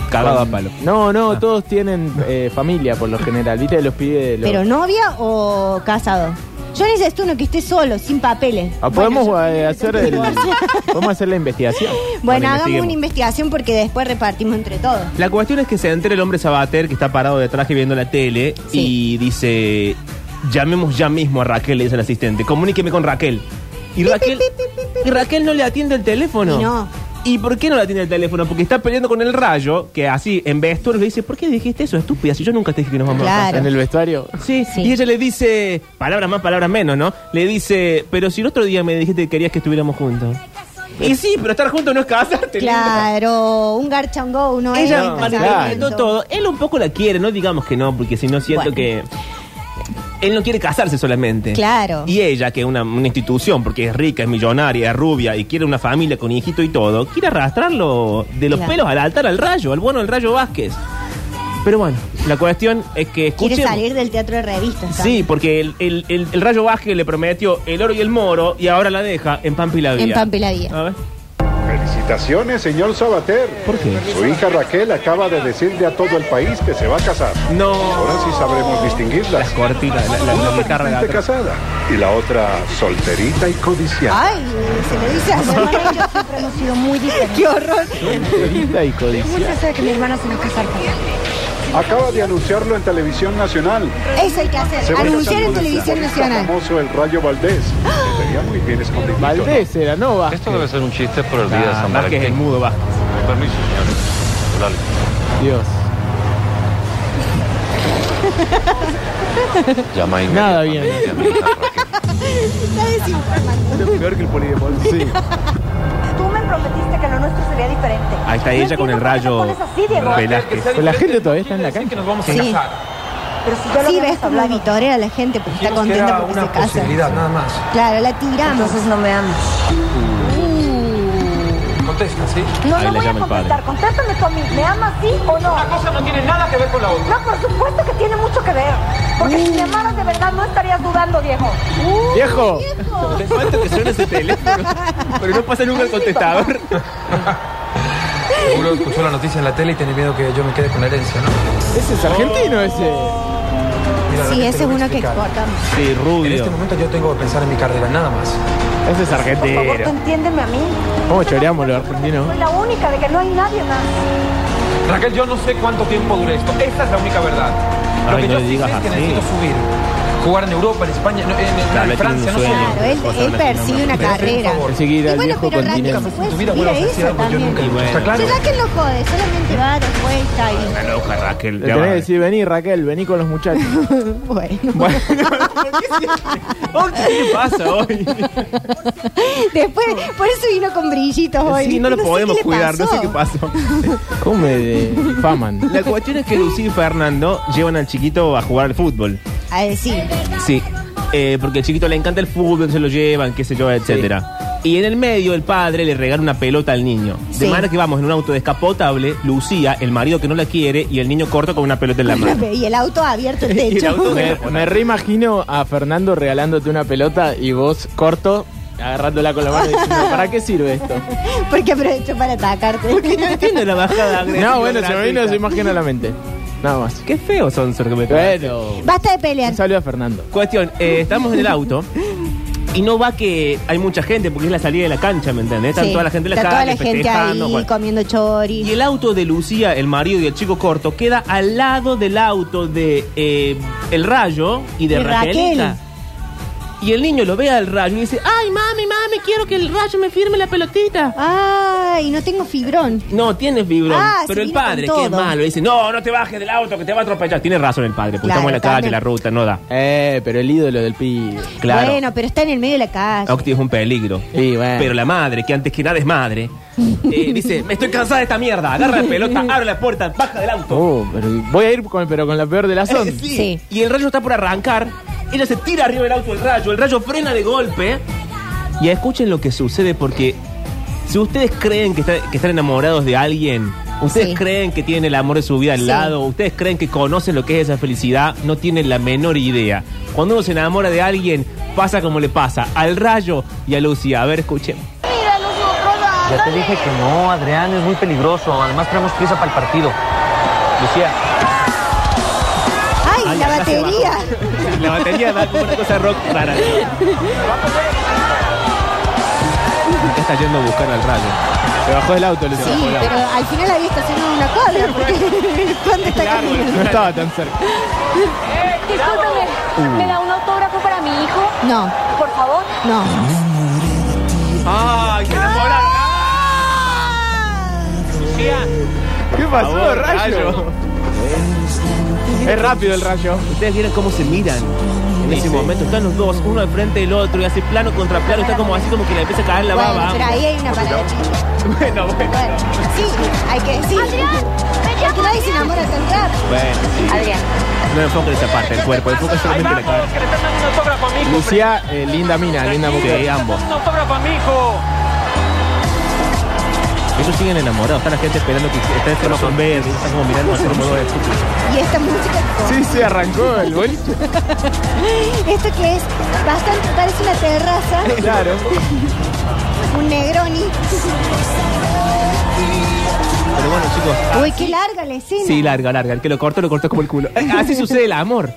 Speaker 4: Cagado a
Speaker 2: con-
Speaker 4: palo. Ah.
Speaker 2: No, no, todos tienen eh, familia por lo general. ¿Viste? Los pibes. Los...
Speaker 3: ¿Pero novia o casado? Yo necesito uno que esté solo, sin papeles.
Speaker 2: Ah, podemos
Speaker 3: Bueno, yo-
Speaker 2: eh, hacer el, podemos hacer la investigación.
Speaker 3: Bueno,
Speaker 4: Bueno,
Speaker 3: hagamos
Speaker 4: investiguemos.
Speaker 3: una investigación porque después repartimos entre todos.
Speaker 4: La cuestión es que se entera el hombre Sabater que está parado de traje viendo la tele
Speaker 3: Sí.
Speaker 4: y dice, llamemos ya mismo a Raquel, le dice el asistente, comuníqueme con Raquel. Y Raquel, y Raquel no le atiende el teléfono.
Speaker 3: Y no.
Speaker 4: ¿Y por qué no le atiende el teléfono? Porque está peleando con el rayo, que así en vestuario le dice, ¿por qué dijiste eso, estúpida? Si yo nunca te dije que nos vamos a
Speaker 3: Claro.
Speaker 4: casar.
Speaker 2: En el vestuario.
Speaker 4: Sí,
Speaker 3: Sí.
Speaker 4: y ella le dice, palabras más, palabras menos, ¿no? Le dice, pero si el otro día me dijiste que querías que estuviéramos juntos. Y sí, pero estar juntos no es casarte. linda.
Speaker 3: Claro, un garcha un go, uno
Speaker 4: Ella
Speaker 3: es.
Speaker 4: manifestó todo. Él un poco la quiere, no digamos que no, porque si no siento
Speaker 3: Bueno.
Speaker 4: que. Él no quiere casarse solamente.
Speaker 3: Claro.
Speaker 4: Y ella, que es una, una institución, porque es rica, es millonaria, es rubia y quiere una familia con hijito y todo, quiere arrastrarlo de los
Speaker 3: Claro.
Speaker 4: pelos al altar al rayo, al bueno del rayo Vázquez. Pero bueno, la cuestión es que
Speaker 3: Quiere
Speaker 4: escuchen.
Speaker 3: salir del teatro de revistas. ¿sabes?
Speaker 4: Sí, porque el, el- el- el rayo Vázquez le prometió el oro y el moro y ahora la deja en Pampa y la Vía.
Speaker 3: En Pampa y la Vía.
Speaker 4: A ver.
Speaker 11: Felicitaciones, señor Sabater.
Speaker 4: ¿Por qué?
Speaker 11: Su hija Raquel acaba de decirle a todo el país que se va a casar.
Speaker 4: No.
Speaker 11: Ahora sí sabremos distinguirlas. Las
Speaker 4: cortinas, la,
Speaker 11: Una felizmente casada y la otra solterita y codiciada.
Speaker 12: Ay, se lo dice a mi hermana y yo siempre hemos sido muy diferentes.
Speaker 3: ¡Qué horror!
Speaker 2: Solterita y
Speaker 12: Tengo
Speaker 2: codiciada.
Speaker 12: certeza de que mi hermana se va a casar con él.
Speaker 11: Acaba de anunciarlo en Televisión Nacional.
Speaker 12: Eso hay que
Speaker 11: Se
Speaker 12: hacer.
Speaker 11: va a casar
Speaker 12: Anunciar en
Speaker 11: con el
Speaker 12: televisión
Speaker 11: futbolista
Speaker 12: nacional.
Speaker 11: famoso el Rayo Valdés. que tenía muy bien escondido.
Speaker 2: Valdés era, no va.
Speaker 10: Esto debe ser un chiste por el día de San
Speaker 4: Vázquez el
Speaker 10: Valentín.
Speaker 4: mudo, va.
Speaker 10: Con permiso, señores. Lalo.
Speaker 2: Dios.
Speaker 10: Llama
Speaker 2: Nada bien.
Speaker 10: inmediatamente a mi hija Raquel.
Speaker 12: Está desinformando.
Speaker 2: Peor que el polideporte. Sí.
Speaker 9: Tú me prometiste que lo nuestro sería diferente.
Speaker 4: Ahí está
Speaker 9: No
Speaker 4: ella con
Speaker 9: entiendo
Speaker 4: el
Speaker 9: por qué te
Speaker 4: rayo
Speaker 9: pones así, Diego.
Speaker 4: Velázquez.
Speaker 2: Pero la gente todavía está en la cancha.
Speaker 10: que nos vamos a
Speaker 3: Sí.
Speaker 10: casar.
Speaker 9: Pero si ya lo
Speaker 3: Sí,
Speaker 9: habíamos
Speaker 3: ves como
Speaker 9: hablado.
Speaker 3: vitorea a la gente porque está
Speaker 10: Dijimos que
Speaker 3: contenta
Speaker 10: era
Speaker 3: porque se
Speaker 10: una
Speaker 3: casa.
Speaker 10: posibilidad, nada más.
Speaker 3: Claro, la tiramos.
Speaker 12: Entonces no me amas.
Speaker 10: Contesta, ¿sí?
Speaker 9: No,
Speaker 4: Ahí
Speaker 9: no
Speaker 4: le
Speaker 9: voy a
Speaker 4: llama el padre.
Speaker 9: contestar. Contéstame tú a mí. ¿Me amas sí o no?
Speaker 8: Ah,
Speaker 10: Una cosa no tiene nada que ver con la otra.
Speaker 9: No, por supuesto que tiene mucho que ver. Porque si me amaras de verdad no estarías dudando, viejo.
Speaker 2: Viejo.
Speaker 4: Le falta que suene ese teléfono, pero no pasa nunca el contestador.
Speaker 10: Seguro escuchó la noticia en la tele y tiene miedo que yo me quede con la herencia, ¿no?
Speaker 2: Ese es
Speaker 9: Oh.
Speaker 2: argentino ese.
Speaker 10: Mira,
Speaker 3: Sí,
Speaker 10: Raquel,
Speaker 3: ese
Speaker 10: te
Speaker 3: es
Speaker 10: voy a
Speaker 3: uno que
Speaker 10: explicar.
Speaker 3: exportamos.
Speaker 4: Sí,
Speaker 10: En este
Speaker 4: rubio.
Speaker 10: momento yo tengo que pensar en mi carrera, nada más.
Speaker 2: Ese es
Speaker 9: Por favor, tú
Speaker 2: argentino.
Speaker 9: entiéndeme a mí.
Speaker 2: ¿Cómo
Speaker 9: Yo
Speaker 2: choreamos
Speaker 9: no-
Speaker 2: los argentinos?
Speaker 9: Soy la única de que no hay nadie más.
Speaker 10: Raquel, yo no sé cuánto tiempo dure esto. Esta es la única verdad. Lo
Speaker 4: Ay,
Speaker 10: que
Speaker 4: no
Speaker 10: yo
Speaker 4: le
Speaker 10: sí
Speaker 4: digas
Speaker 10: sé es que
Speaker 4: así.
Speaker 10: necesito subir. Jugar en Europa, en España, no, en, en- en
Speaker 4: Claro, él tiene un
Speaker 10: Francia, no sé.
Speaker 4: sueño.
Speaker 3: Claro, él,
Speaker 4: Cosa
Speaker 3: él
Speaker 4: habla
Speaker 3: persigue una
Speaker 4: latinoamericana.
Speaker 3: carrera.
Speaker 10: Por favor.
Speaker 2: Seguir
Speaker 3: Y
Speaker 2: al
Speaker 3: bueno,
Speaker 2: viejo
Speaker 3: pero Raquel se
Speaker 2: continente.
Speaker 3: puede
Speaker 10: Tu vida
Speaker 3: subir a
Speaker 10: vuelve a ofrecer
Speaker 3: eso
Speaker 10: algo que yo nunca he
Speaker 3: también.
Speaker 10: visto.
Speaker 4: Y
Speaker 10: ¿Está
Speaker 4: bueno.
Speaker 10: claro?
Speaker 3: Si Raquel lo jode, solamente va después está ahí.
Speaker 4: Una loca, Raquel.
Speaker 2: Le
Speaker 4: ya
Speaker 2: tenés que
Speaker 4: va.
Speaker 2: decir, vení Raquel, vení con los muchachos.
Speaker 3: Bueno.
Speaker 2: Bueno, ¿pero qué se- oh, ¿qué le pasa hoy?
Speaker 3: Después, por eso vino con brillitos hoy.
Speaker 4: Sí, no lo
Speaker 3: sé
Speaker 4: podemos
Speaker 3: qué le
Speaker 4: cuidar, no sé
Speaker 3: pasó.
Speaker 4: qué pasó.
Speaker 2: ¿Cómo me de- difaman?
Speaker 4: La cuestión es que Lucía y Fernando llevan al chiquito a jugar al fútbol.
Speaker 3: A ver, sí.
Speaker 4: Sí. Eh, porque al chiquito le encanta el fútbol, se lo llevan, qué sé yo, etcétera. Y en el medio el padre le regala una pelota al niño. De
Speaker 3: Sí.
Speaker 4: manera que vamos en un auto descapotable, Lucía, el marido que no la quiere y el niño corto con una pelota en la mano.
Speaker 3: Y el auto abierto el
Speaker 4: Y el
Speaker 3: techo.
Speaker 4: auto
Speaker 2: Me, me reimagino a Fernando regalándote una pelota y vos corto agarrándola con la mano y diciendo, ¿para qué sirve esto?
Speaker 3: Porque aprovechó para atacarte.
Speaker 4: No entiendo la bajada. agresiva,
Speaker 2: No, bueno, se me vino
Speaker 4: gratuita.
Speaker 2: esa imagen a la mente. Nada más.
Speaker 4: Qué feo son que me traen.
Speaker 2: Bueno.
Speaker 3: Basta de
Speaker 2: Un
Speaker 3: pelear.
Speaker 2: saludo a Fernando.
Speaker 4: Cuestión, eh, estamos en el auto y no va que hay mucha gente porque es la salida de la cancha, ¿me entiendes? Está
Speaker 3: Sí.
Speaker 4: toda la gente en la
Speaker 3: Está toda
Speaker 4: calle,
Speaker 3: la gente
Speaker 4: festejando,
Speaker 3: ahí
Speaker 4: bueno.
Speaker 3: comiendo
Speaker 4: Y
Speaker 3: chori.
Speaker 4: el auto de Lucía, el marido y el chico corto, queda al lado del auto de eh, El Rayo y de
Speaker 3: De Raquel.
Speaker 4: Raquelita. Y el niño lo ve al rayo y dice, ay, mami, mami, quiero que el rayo me firme la pelotita.
Speaker 3: Ay, no tengo fibrón.
Speaker 4: No, tienes vibrón.
Speaker 3: Ah,
Speaker 4: pero
Speaker 3: se
Speaker 4: el
Speaker 3: vino
Speaker 4: padre,
Speaker 3: con
Speaker 4: que es
Speaker 3: todo.
Speaker 4: malo, dice, no, no te bajes del auto, que te va a atropellar. Tiene razón el padre, porque
Speaker 3: Claro,
Speaker 4: estamos en la calle,
Speaker 3: también.
Speaker 4: la ruta, no da.
Speaker 2: Eh, pero el ídolo del pibe.
Speaker 4: Claro.
Speaker 3: Bueno, pero está en el medio de la calle.
Speaker 4: Octi es un peligro.
Speaker 2: Sí, bueno.
Speaker 4: Pero la madre, que antes que nada es madre, eh, dice, me estoy cansada de esta mierda, agarra la pelota, abre la puerta, baja del auto.
Speaker 2: Oh, pero voy a ir con, pero con la peor de las ondas.
Speaker 4: Sí.
Speaker 3: Sí.
Speaker 4: Y el rayo está por arrancar. Ella se tira arriba del auto del rayo. El rayo frena de golpe. Y escuchen lo que sucede porque si ustedes creen que, está- que están enamorados de alguien, ustedes
Speaker 3: Sí.
Speaker 4: creen que tienen el amor de su vida al
Speaker 3: Sí.
Speaker 4: lado, ustedes creen que conocen lo que es esa felicidad, no tienen la menor idea. Cuando uno se enamora de alguien, pasa como le pasa al rayo y a Lucía. A ver, escuchen.
Speaker 9: Mira nosotros,
Speaker 10: Ya te dije que no, Adrián, es muy peligroso. Además, tenemos prisa para el partido. Lucía,
Speaker 3: Ay, la
Speaker 4: acá se
Speaker 3: batería.
Speaker 4: bajó. La batería da como una cosa rock rara. Acá está yendo a buscar al rayo.
Speaker 2: Se bajó del auto, le
Speaker 3: Sí, pero al final había estacionado en una cuadra. Porque ¿Cuándo está caminando?
Speaker 2: No estaba tan cerca.
Speaker 8: Discúlpame,
Speaker 4: Uh.
Speaker 8: ¿me da un autógrafo para mi hijo?
Speaker 3: No,
Speaker 8: Por favor.
Speaker 3: no.
Speaker 4: ¡Ay, qué enamorada!
Speaker 2: ¿Qué pasó,
Speaker 4: Por favor,
Speaker 2: rayo?
Speaker 4: rayo.
Speaker 2: Es rápido el rayo.
Speaker 4: Ustedes vieron cómo se miran en ese momento. Están los dos, uno al frente del otro, y hace plano contra plano. Está como así como que le empieza a caer la
Speaker 3: Bueno,
Speaker 4: baba.
Speaker 3: pero ahí hay una parada.
Speaker 4: Bueno, bueno.
Speaker 3: Bueno, sí, hay que decir. Porque nadie se enamora tan rápido.
Speaker 4: Bueno, Pues sí.
Speaker 8: Adrián.
Speaker 4: No enfoquen esa parte del cuerpo, enfoquen solamente la cara.
Speaker 10: que le están dando un autógrafo a mi hijo.
Speaker 2: Lucía, eh, linda mina, linda mujer.
Speaker 4: Sí, ambos.
Speaker 10: Un autógrafo a mi hijo.
Speaker 4: Ellos siguen enamorados. Está la gente esperando que esté el tema con ver. Están como mirando hacia el modo de fútbol.
Speaker 3: Y esta música.
Speaker 2: Sí, se arrancó el boliche.
Speaker 3: Esto que es bastante, parece una terraza,
Speaker 2: Claro.
Speaker 3: un negroni.
Speaker 4: Pero bueno, chicos.
Speaker 3: Uy,
Speaker 4: ah,
Speaker 3: qué larga la escena.
Speaker 4: sí, larga, larga. El que lo cortó, lo cortó como el culo. Eh, Así sucede el amor.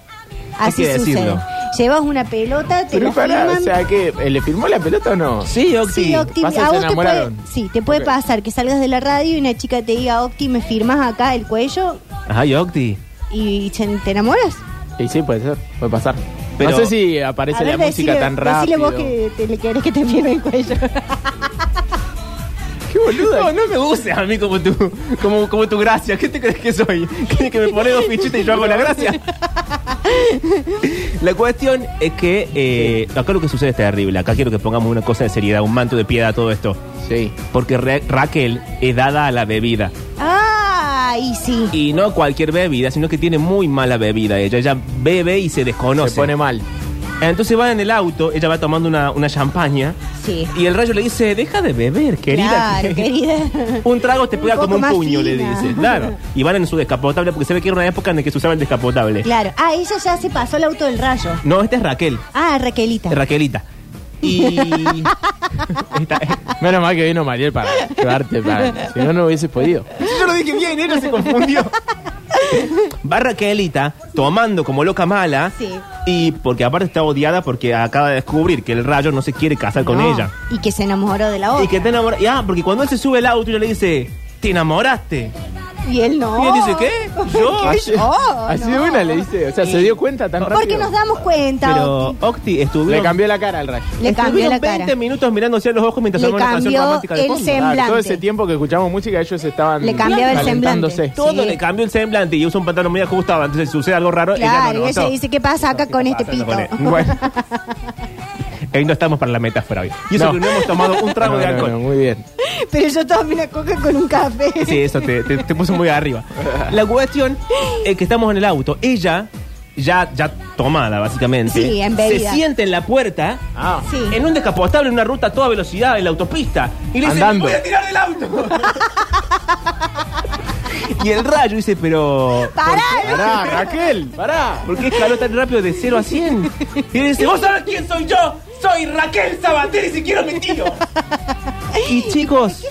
Speaker 3: Así
Speaker 4: hay que
Speaker 3: sucede.
Speaker 4: decirlo.
Speaker 3: Llevas una pelota, te
Speaker 2: Pero
Speaker 3: la
Speaker 2: pará,
Speaker 3: firman.
Speaker 2: o sea, que eh, ¿le firmó la pelota o no?
Speaker 4: Sí, Octi.
Speaker 3: Sí, Octi,
Speaker 2: Pasa,
Speaker 3: a
Speaker 2: se
Speaker 3: vos te puede,
Speaker 2: enamoraron.
Speaker 3: sí, te puede
Speaker 2: Ok.
Speaker 3: pasar que salgas de la radio y una chica te diga, Octi, me firmas acá el cuello
Speaker 4: Ay, Octi.
Speaker 3: y chen- te enamoras.
Speaker 2: Y sí, puede ser, puede pasar.
Speaker 4: Pero-
Speaker 2: no sé si aparece
Speaker 3: A ver,
Speaker 2: la música
Speaker 3: decile-
Speaker 2: tan
Speaker 3: Decile
Speaker 2: rápido.
Speaker 3: vos que te, le querés que te firme el cuello.
Speaker 2: Qué boluda.
Speaker 4: No, no me uses a mí como tu, como, como tu gracia. ¿Qué te crees que soy? ¿Que, que me pone dos fichitas y yo hago la gracia? La cuestión es que eh, acá lo que sucede es terrible. Acá quiero que pongamos una cosa de seriedad, un manto de piedad a todo esto.
Speaker 2: Sí.
Speaker 4: Porque Ra- Raquel es dada a la bebida.
Speaker 3: Ay, sí.
Speaker 4: Y no cualquier bebida, sino que tiene muy mala bebida. Ella ya bebe y se desconoce.
Speaker 2: Se pone mal.
Speaker 4: Entonces va en el auto, ella va tomando una, una champaña.
Speaker 3: Sí.
Speaker 4: Y el rayo le dice, deja de beber, querida.
Speaker 3: Claro, querida.
Speaker 4: Un trago te pega
Speaker 3: Un poco
Speaker 4: como un
Speaker 3: más
Speaker 4: puño, le
Speaker 3: fina.
Speaker 4: dice. Claro. Y van en su descapotable, porque se ve que era una época en la que se usaba el descapotable.
Speaker 3: Claro. Ah, ella ya se pasó el auto del rayo.
Speaker 4: No, esta es Raquel.
Speaker 3: Ah, Raquelita.
Speaker 4: es Raquelita. Y. Esta-
Speaker 2: Menos mal que vino Mariel para llevarte, para... si no, no hubieses podido.
Speaker 4: Yo lo dije bien, ella se confundió. Va Raquelita tomando como loca mala.
Speaker 3: Sí.
Speaker 4: Y porque aparte está odiada porque acaba de descubrir que el rayo no se quiere casar con
Speaker 3: No,
Speaker 4: ella.
Speaker 3: Ah, Y que se enamoró de la otra.
Speaker 4: Y que está enamorada. Y, ah, porque cuando él se sube al auto, ella le dice: Te enamoraste.
Speaker 3: Y él no.
Speaker 4: Y él dice, ¿qué? ¿Yo?
Speaker 3: ¿Qué yo?
Speaker 2: Así de
Speaker 3: oh, No.
Speaker 2: una le dice, o sea, se dio cuenta tan rápido.
Speaker 3: Porque nos damos cuenta.
Speaker 4: Pero
Speaker 3: Octi.
Speaker 4: Octi estuvieron.
Speaker 2: Le cambió la cara al rayo.
Speaker 3: Le cambió la
Speaker 4: 20
Speaker 3: cara.
Speaker 4: minutos mirándose a los ojos mientras
Speaker 3: Le
Speaker 4: armaban una canción
Speaker 3: cambió
Speaker 4: romántica de
Speaker 3: el
Speaker 4: fondo.
Speaker 3: sem-
Speaker 2: Claro, todo
Speaker 3: Semblante.
Speaker 2: ese tiempo que escuchamos música, ellos estaban
Speaker 3: Le cambiaba el
Speaker 2: calentándose.
Speaker 3: semblante.
Speaker 4: Eh, Todo
Speaker 3: Sí.
Speaker 4: le cambió el semblante y usa un pantalón muy ajustado. Entonces sucede algo raro.
Speaker 3: Claro,
Speaker 4: ella,
Speaker 3: y
Speaker 4: no
Speaker 3: ella
Speaker 4: notó.
Speaker 3: dice, ¿qué pasa acá con este pito?
Speaker 4: Con él. Bueno. Ahí no estamos para la metáfora hoy. Y eso
Speaker 2: No.
Speaker 4: que no hemos tomado un trago
Speaker 2: No,
Speaker 4: de
Speaker 2: no,
Speaker 4: alcohol.
Speaker 2: no, muy bien.
Speaker 3: Pero yo tomé una coca con un café.
Speaker 4: Sí, eso te, te- te puso muy arriba. La cuestión es que estamos en el auto. Ella, ya, ya tomada básicamente,
Speaker 3: Sí,
Speaker 4: se
Speaker 3: embebida.
Speaker 4: siente en la puerta,
Speaker 2: Ah,
Speaker 3: Sí.
Speaker 4: en un descapotable, en una ruta a toda velocidad, en la autopista. Y le dice,
Speaker 2: Andando.
Speaker 4: voy a tirar del auto. y el rayo dice, pero...
Speaker 3: Pará,
Speaker 2: Pará, Raquel, pará.
Speaker 4: ¿Por qué escaló tan rápido de 0 a 100? Y él dice, ¿vos sabés quién soy yo? Soy Raquel Sabater y si quiero mi tío. Y chicos,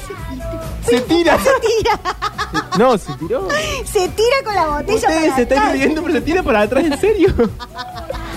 Speaker 2: Se tira.
Speaker 3: se tira.
Speaker 2: No, se tiró.
Speaker 3: Se tira con la botella.
Speaker 4: ustedes
Speaker 3: para
Speaker 4: se están
Speaker 3: atrás.
Speaker 4: riendo, pero se tira para atrás, ¿en serio?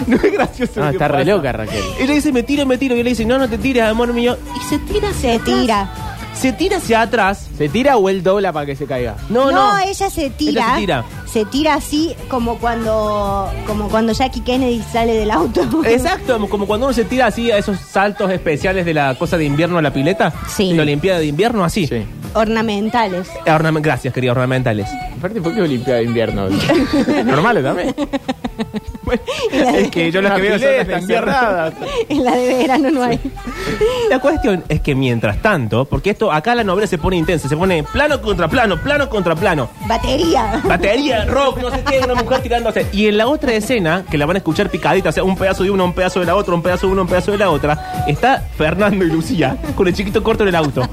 Speaker 4: No es gracioso.
Speaker 2: Ah,
Speaker 4: lo que
Speaker 2: está re
Speaker 4: pasa.
Speaker 2: loca, Raquel.
Speaker 4: Ella dice, me tiro, me tiro. Y él le dice, no, no te tires, amor mío.
Speaker 3: Y se tira, se tira.
Speaker 4: Se tira hacia atrás.
Speaker 2: ¿Se tira o él dobla para que se caiga?
Speaker 4: No,
Speaker 3: No,
Speaker 4: no.
Speaker 3: ella se tira.
Speaker 4: Ella se tira.
Speaker 3: Se tira así como cuando como cuando Jackie Kennedy sale del auto.
Speaker 4: Exacto, como cuando uno se tira así a esos saltos especiales de la cosa de invierno a la pileta.
Speaker 3: Sí.
Speaker 4: La Olimpiada de invierno, así.
Speaker 2: Sí.
Speaker 3: Ornamentales.
Speaker 4: Ornamen- Gracias, queridos ornamentales.
Speaker 2: Aparte, ¿por qué Olimpiada de invierno? Normales también.
Speaker 4: es que yo las que veo son las de invierno.
Speaker 2: encerradas.
Speaker 3: En la de verano no hay.
Speaker 4: La cuestión es que mientras tanto, porque esto acá la novela se pone intensa, se pone plano contra plano, plano contra plano.
Speaker 3: Batería.
Speaker 4: Batería, rock, no sé qué, una mujer tirándose. Y en la otra escena, que la van a escuchar picadita, o sea, un pedazo de una, un pedazo de la otra, un pedazo de una, un pedazo de la otra, está Fernando y Lucía con el chiquito corto en el auto.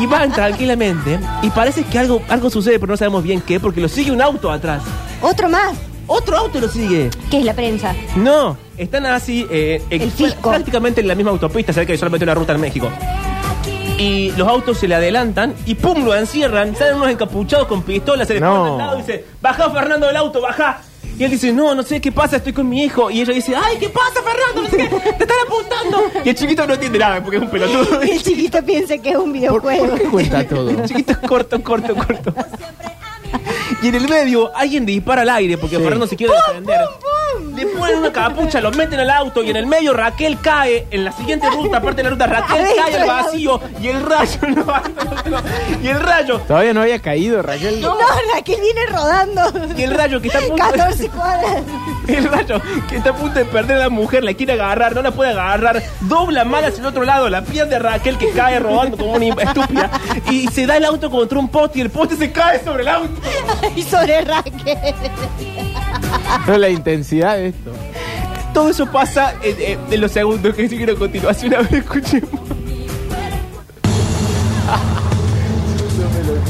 Speaker 4: Y van tranquilamente y parece que algo, algo sucede, pero no sabemos bien qué, porque lo sigue un auto atrás.
Speaker 3: Otro más,
Speaker 4: Otro auto lo sigue.
Speaker 3: que es la prensa.
Speaker 4: No, están así, eh, eh,
Speaker 3: El fisco.
Speaker 4: prácticamente en la misma autopista, se ve que hay solamente una ruta en México. Y los autos se le adelantan y pum, lo encierran, salen unos encapuchados con pistolas, se le
Speaker 2: No.
Speaker 4: ponen al lado y dice, bajá Fernando del auto, bajá. Y él dice, no, no sé qué pasa, estoy con mi hijo. Y ella dice, ay, ¿qué pasa, Fernando? No sé qué, te están apuntando. Y el chiquito no entiende nada porque es un pelotudo.
Speaker 3: Y el chiquito piensa que es un videojuego.
Speaker 2: Cuenta todo.
Speaker 4: El chiquito es corto, corto, corto. Y en el medio alguien dispara al aire porque Fernando se quiere defender. Le ponen una capucha, lo meten al auto y en el medio Raquel cae en la siguiente ruta, aparte de la ruta, Raquel
Speaker 3: Adentro
Speaker 4: cae al
Speaker 3: del
Speaker 4: vacío y el rayo no va- Y el rayo,
Speaker 2: Todavía no había caído, Raquel.
Speaker 3: No, Raquel viene rodando.
Speaker 4: y el rayo que está a punto de-
Speaker 3: 14 cuadras.
Speaker 4: El rayo que está a punto de perder a la mujer, la quiere agarrar, no la puede agarrar, dobla mal hacia el otro lado, la pierde Raquel que cae rodando como una estúpida y se da el auto contra un poste y el poste se cae sobre el auto.
Speaker 3: Y sobre Raquel.
Speaker 2: No, la intensidad de esto.
Speaker 4: Todo eso pasa en, eh, en los segundos que siguen a continuación. A ver, escuchemos.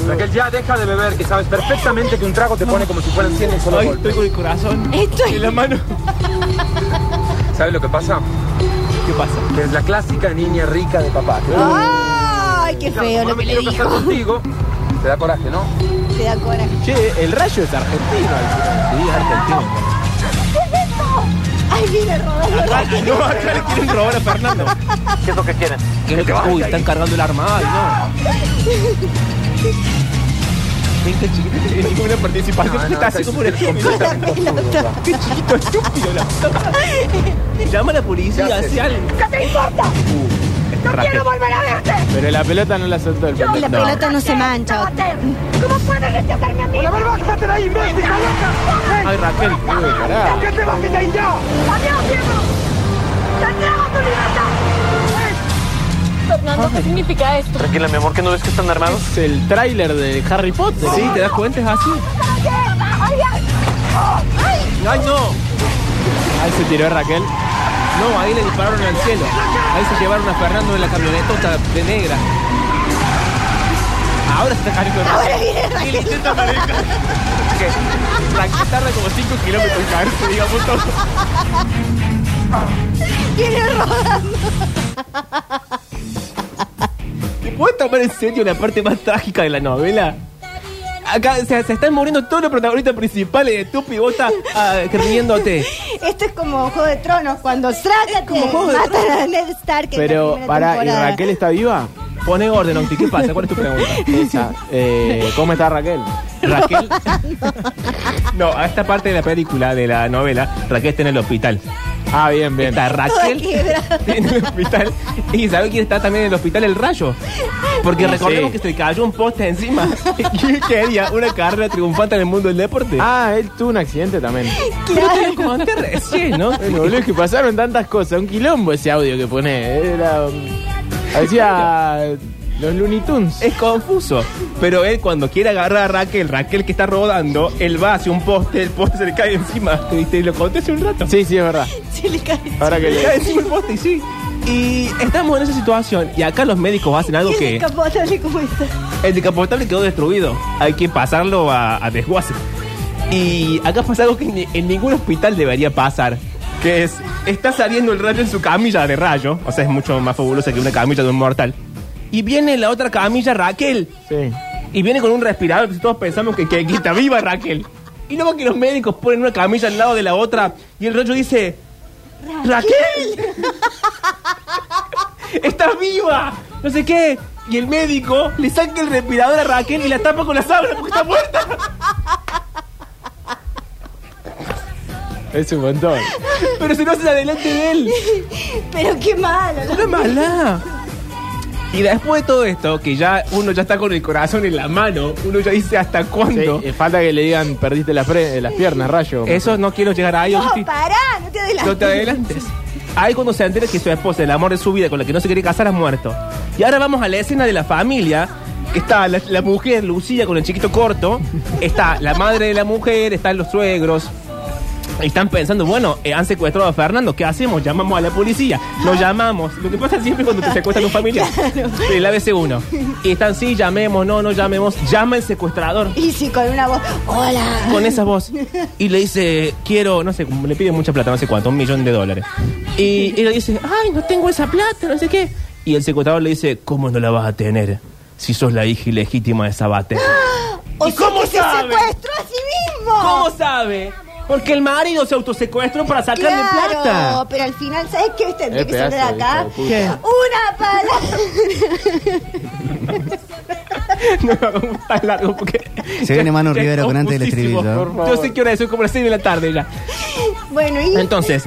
Speaker 10: Raquel, ya deja de beber, que sabes perfectamente que un trago te pone como si fueran 100 en
Speaker 4: Ay, estoy con el corazón
Speaker 3: Estoy-
Speaker 4: en la mano.
Speaker 10: ¿Sabes lo que pasa?
Speaker 4: ¿Qué pasa?
Speaker 10: Que es la clásica niña rica de papá.
Speaker 3: ¡Ay, qué
Speaker 13: Claro,
Speaker 3: feo
Speaker 13: como no
Speaker 3: lo que
Speaker 13: me
Speaker 3: le
Speaker 13: quiero casar
Speaker 3: dijo.
Speaker 13: contigo, te da coraje, ¿no?
Speaker 3: Te da coraje.
Speaker 2: Che, el rayo es argentino. Sí, es argentino.
Speaker 3: Ay, viene Rodolfo.
Speaker 4: No, acá le quieren robar a Fernando.
Speaker 10: ¿Qué es lo que quieren?
Speaker 2: Uy, están cargando el arma. Ay, no.
Speaker 4: Viste, chiquito, no tiene ninguna participación.
Speaker 13: No, no,
Speaker 4: está así
Speaker 13: está-
Speaker 4: como un estúpido.
Speaker 13: está-
Speaker 4: Qué chiquito estúpido. La puta madre. Llama a la policía,
Speaker 2: Ya sé.
Speaker 4: hace algo.
Speaker 9: ¿Qué te importa? ¡No quiero volver a verte!
Speaker 2: Pero la pelota no la soltó el
Speaker 3: Y la
Speaker 2: pelotón.
Speaker 3: pelota no se mancha.
Speaker 9: ¿Cómo puedes rechazarme a mí? ¡La verdad, bájate de ahí, imbécil! ¡La loca!
Speaker 2: Ay, Raquel, uy, carajo.
Speaker 9: ¡Que te bajes de ahí ya! ¡Adiós, Diego! ¡Te entrego tu libertad!
Speaker 8: Fernando, ¿qué significa esto?
Speaker 10: Tranquila, mi amor, que no ves que están armados.
Speaker 2: Es el tráiler de Harry Potter.
Speaker 4: Sí, ¿te das cuenta? Es así.
Speaker 9: ¡Ay, ay! ¡Ay!
Speaker 4: ¡Ay, no!
Speaker 2: Ahí se tiró Raquel.
Speaker 4: No, ahí le dispararon al cielo. Ahí se llevaron a Fernando en la camionetota de negra. Ahora se está cayendo
Speaker 3: Ahora viene
Speaker 4: Y le intenta manejar. Que Raquel tarda como 5 kilómetros en caerse, digamos todo.
Speaker 3: Viene rodando.
Speaker 4: ¿Y puedes tomar en serio la parte más trágica de la novela? Acá o sea, se están muriendo todos los protagonistas principales de Tupi y vos estás ah, riéndote.
Speaker 3: Esto es como Juego de Tronos, cuando Zrácate
Speaker 4: como Juego de
Speaker 3: matan
Speaker 4: Tronos.
Speaker 3: a Ned Stark en
Speaker 2: Pero,
Speaker 3: la primera
Speaker 2: para, ¿y
Speaker 3: temporada.
Speaker 2: Raquel está viva?
Speaker 4: Pone orden, Octi, ¿qué pasa? ¿Cuál es tu pregunta?
Speaker 2: Esa. Eh, ¿Cómo está Raquel?
Speaker 4: Raquel. No, a esta parte de la película, de la novela, Raquel está en el hospital.
Speaker 2: Ah, bien, bien.
Speaker 4: Está Raquel
Speaker 3: quebrada.
Speaker 4: en el hospital. Y ¿sabe quién está también en el hospital? El rayo. Porque
Speaker 2: Sí,
Speaker 4: recordemos
Speaker 2: sí.
Speaker 4: que se le cayó un poste encima. Y quería una carrera triunfante en el mundo del deporte.
Speaker 2: Ah, él tuvo un accidente también.
Speaker 4: pero te lo conté recién, ¿no?
Speaker 2: Bueno, boludo, es que pasaron tantas cosas. Un quilombo ese audio que pone. Era. um, Hacía. Los Looney Tunes.
Speaker 4: Es confuso. Pero él cuando quiere agarrar a Raquel, Raquel que está rodando, él va hacia un poste, el poste se le cae encima. Te- Te lo conté hace un rato.
Speaker 2: Sí, sí, es verdad.
Speaker 3: Sí, le cae.
Speaker 2: Ahora que
Speaker 4: Le cae
Speaker 2: le.
Speaker 4: encima el poste, y sí. Y estamos en esa situación y acá los médicos hacen algo
Speaker 3: Y
Speaker 4: que
Speaker 3: el descapotable como está.
Speaker 4: el decapotable quedó destruido. Hay que pasarlo a, a desguace. Y acá pasa algo que ni- en ningún hospital debería pasar. Que es, está saliendo el rayo en su camilla de rayo. O sea, es mucho más fabulosa que una camilla de un mortal. Y viene la otra camilla, Raquel.
Speaker 2: Sí.
Speaker 4: Y viene con un respirador, pues todos pensamos que, que, que está viva Raquel. Y luego que los médicos ponen una camilla al lado de la otra y el rollo dice, Raquel, estás viva, no sé qué. Y el médico le saca el respirador a Raquel y la tapa con la sábana porque está muerta.
Speaker 2: Es un montón.
Speaker 4: Pero se lo hacen adelante de él.
Speaker 3: Pero qué malo. ¿no?
Speaker 4: ¡Una mala! Y después de todo esto, que ya uno ya está con el corazón en la mano, uno ya dice hasta
Speaker 2: Sí,
Speaker 4: cuándo.
Speaker 2: eh, falta que le digan, perdiste las, fre- eh, las piernas, rayo.
Speaker 4: Eso no quiero llegar ahí.
Speaker 3: No,
Speaker 4: Octi.
Speaker 3: pará, no te adelantes.
Speaker 4: No te adelantes. Ahí cuando se entera que su esposa, el amor de su vida, con la que no se quiere casar, ha muerto. Y ahora vamos a la escena de la familia. que Está la, la mujer, Lucía, con el chiquito corto. Está la madre de la mujer, están los suegros. Y Están pensando, bueno, eh, han secuestrado a Fernando, ¿qué hacemos? Llamamos a la policía, lo llamamos. Lo que pasa siempre cuando te secuestran un familiar. El ABC1. Y están, sí, llamemos, no, no llamemos. Llama el secuestrador
Speaker 3: Y si con una voz, hola.
Speaker 4: con esa voz. Y le dice, quiero, no sé, como le pide mucha plata, no sé cuánto, un millón de dólares. Y ella dice, ay, no tengo esa plata, no sé qué. Y el secuestrador le dice, ¿cómo no la vas a tener si sos la hija ilegítima de Sabate?
Speaker 3: O
Speaker 4: ¿Y
Speaker 3: sea
Speaker 4: cómo
Speaker 3: que se
Speaker 4: sabe?
Speaker 3: secuestró a sí mismo.
Speaker 4: ¿Cómo sabe? Porque el marido se autosecuestró para sacarle
Speaker 3: Claro,
Speaker 4: plata.
Speaker 3: pero al final, ¿sabes qué tendría
Speaker 2: Eh,
Speaker 3: que salir de
Speaker 2: pedazo de
Speaker 3: acá?
Speaker 2: hijo de
Speaker 3: Una palabra.
Speaker 4: No, hagamos tan largo porque...
Speaker 1: Se viene Manu
Speaker 4: Ya es
Speaker 1: Rivero con antes del
Speaker 4: confusísimo,
Speaker 1: estribillo.
Speaker 4: por favor. Yo sé que hora es, soy como las 6 de la tarde ya.
Speaker 3: bueno, y.
Speaker 4: Entonces,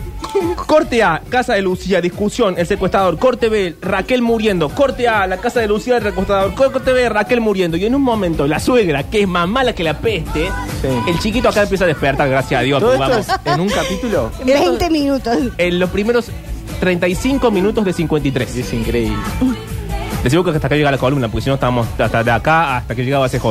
Speaker 4: corte A, casa de Lucía, discusión, el secuestrador. Corte B, Raquel muriendo. Corte A, la casa de Lucía, el secuestrador. Cor- Corte B, Raquel muriendo. Y en un momento, la suegra, que es más mala que la peste,
Speaker 2: Sí.
Speaker 4: el chiquito acá empieza a despertar, gracias a Dios.
Speaker 2: Todo
Speaker 4: pero
Speaker 2: esto es
Speaker 4: vamos.
Speaker 2: en un capítulo.
Speaker 3: 20 minutos.
Speaker 4: En los primeros 35 minutos de 53.
Speaker 2: Es increíble.
Speaker 4: Decimos que hasta acá llega la columna, porque si no estábamos hasta de acá hasta que llegaba CJ.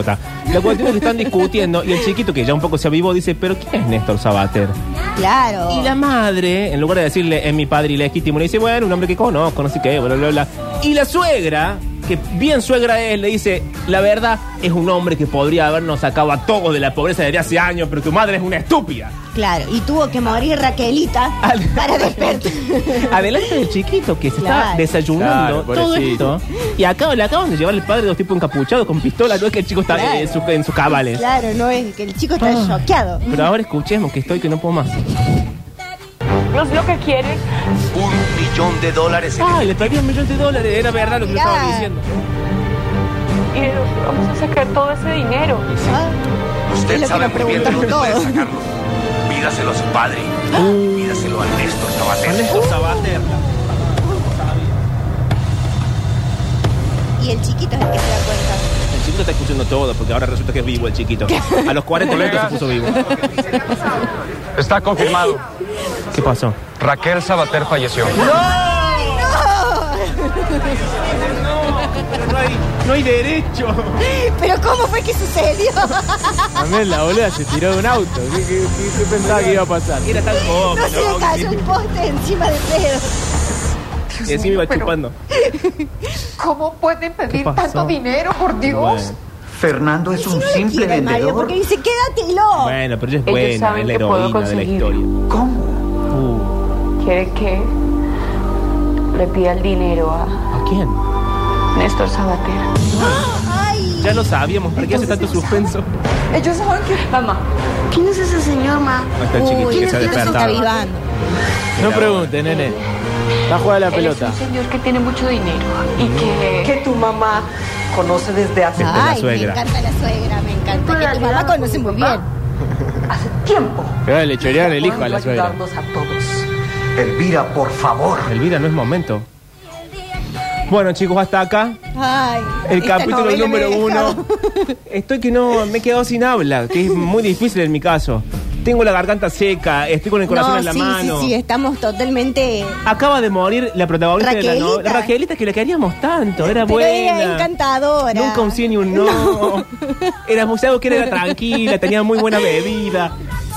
Speaker 4: La cuestión es que están discutiendo y el chiquito, que ya un poco se avivó, dice, pero ¿quién es Néstor Sabater?
Speaker 3: Claro.
Speaker 4: Y la madre, en lugar de decirle es mi padre ilegítimo, le dice, bueno, un hombre que conozco, no sé qué, bla, bla, bla. Y la suegra, que que bien suegra es, le dice, la verdad, es un hombre que podría habernos sacado a todos de la pobreza desde hace años, pero tu madre es una estúpida.
Speaker 3: Claro, y tuvo que morir Raquelita
Speaker 4: Ah,
Speaker 3: para despertar.
Speaker 4: Adelante del chiquito que se está
Speaker 3: Claro.
Speaker 4: desayunando
Speaker 2: Claro,
Speaker 4: todo
Speaker 2: pobrecito.
Speaker 4: esto. Y acá le acaban de llevar el padre de dos tipos encapuchados con pistola. No es que el chico está
Speaker 3: Claro.
Speaker 4: en, su- en sus cabales.
Speaker 3: Claro, no es que el chico está
Speaker 4: Ah.
Speaker 3: choqueado.
Speaker 4: Pero ahora escuchemos que estoy que no puedo más.
Speaker 8: No es lo que quieren.
Speaker 14: Un millón de dólares.
Speaker 4: Ah, le traía un millón de dólares. Era verdad lo que yo
Speaker 8: Mirá.
Speaker 4: estaba diciendo.
Speaker 8: Y de dónde vamos a sacar todo ese dinero.
Speaker 14: Usted
Speaker 8: Es
Speaker 3: Ah,
Speaker 8: lo que
Speaker 14: sabe
Speaker 8: nos
Speaker 14: muy bien de dónde
Speaker 8: preguntamos
Speaker 14: puede
Speaker 8: todos.
Speaker 14: sacarlo. Pídaselo a su padre. Pídaselo a Néstor Sabater.
Speaker 4: Ernesto Sabater.
Speaker 3: Y el chiquito es el que se da cuenta.
Speaker 4: El chiquito está escuchando todo porque ahora resulta que es vivo el chiquito. A los 40 minutos se puso vivo.
Speaker 13: Está confirmado.
Speaker 4: ¿Qué pasó?
Speaker 13: Raquel Sabater falleció.
Speaker 4: No hay, no hay derecho.
Speaker 3: Pero ¿cómo fue que sucedió?
Speaker 2: También la boluda se tiró de un auto. ¿Qué, qué, qué- qué pensaba que iba a pasar?
Speaker 4: Era tan joven.
Speaker 3: No se le cayó un poste encima de Pedro.
Speaker 4: Y encima iba chupando.
Speaker 15: ¿Cómo pueden pedir
Speaker 4: pasó?
Speaker 15: tanto dinero, por Dios?
Speaker 14: Fernando es un simple
Speaker 3: Quiere, Mario,
Speaker 14: vendedor.
Speaker 3: porque dice, quédatelo.
Speaker 4: Bueno, pero ella es
Speaker 15: Ellos
Speaker 4: buena,
Speaker 15: saben
Speaker 4: es la
Speaker 15: que puedo
Speaker 4: heroína de la historia.
Speaker 14: ¿Cómo?
Speaker 4: Uh,
Speaker 8: Quiere que le pida el dinero a
Speaker 4: ¿A quién?
Speaker 8: Néstor Sabater.
Speaker 4: Ya lo sabíamos, ¿para qué hace tanto suspenso?
Speaker 8: Ellos saben que... Mamá. ¿Quién es ese señor, ma?
Speaker 4: Ahí está el chiquito que se ha despertado.
Speaker 2: No pregunte, nene. Está jugando a la
Speaker 8: Él es
Speaker 2: pelota.
Speaker 8: un señor que tiene mucho dinero y que... Que tu mamá conoce desde hace...
Speaker 2: Esta es la
Speaker 3: Ay, me
Speaker 2: suegra.
Speaker 3: encanta la suegra, me encanta. Que tu mamá conoce muy bien.
Speaker 2: Pero ahora le chorearon el hijo a la suegra.
Speaker 8: a todos.
Speaker 4: Elvira, por favor. Elvira, no es momento. Bueno, chicos, hasta acá.
Speaker 3: Ay,
Speaker 4: El
Speaker 3: esta
Speaker 4: capítulo
Speaker 3: novela me
Speaker 4: número
Speaker 3: ha dejado.
Speaker 4: uno. Estoy que no me he quedado sin habla, que es muy difícil en mi caso. Tengo la garganta seca, estoy con el corazón
Speaker 3: no,
Speaker 4: en la
Speaker 3: sí,
Speaker 4: mano.
Speaker 3: sí, sí, estamos totalmente...
Speaker 4: Acaba de morir la protagonista de la novela.
Speaker 3: Raquelita.
Speaker 4: Raquelita, que la queríamos tanto, era
Speaker 3: Pero
Speaker 4: buena.
Speaker 3: era encantadora.
Speaker 4: Nunca un sí ni un no. Era muy algo que era tranquila, tenía muy buena bebida.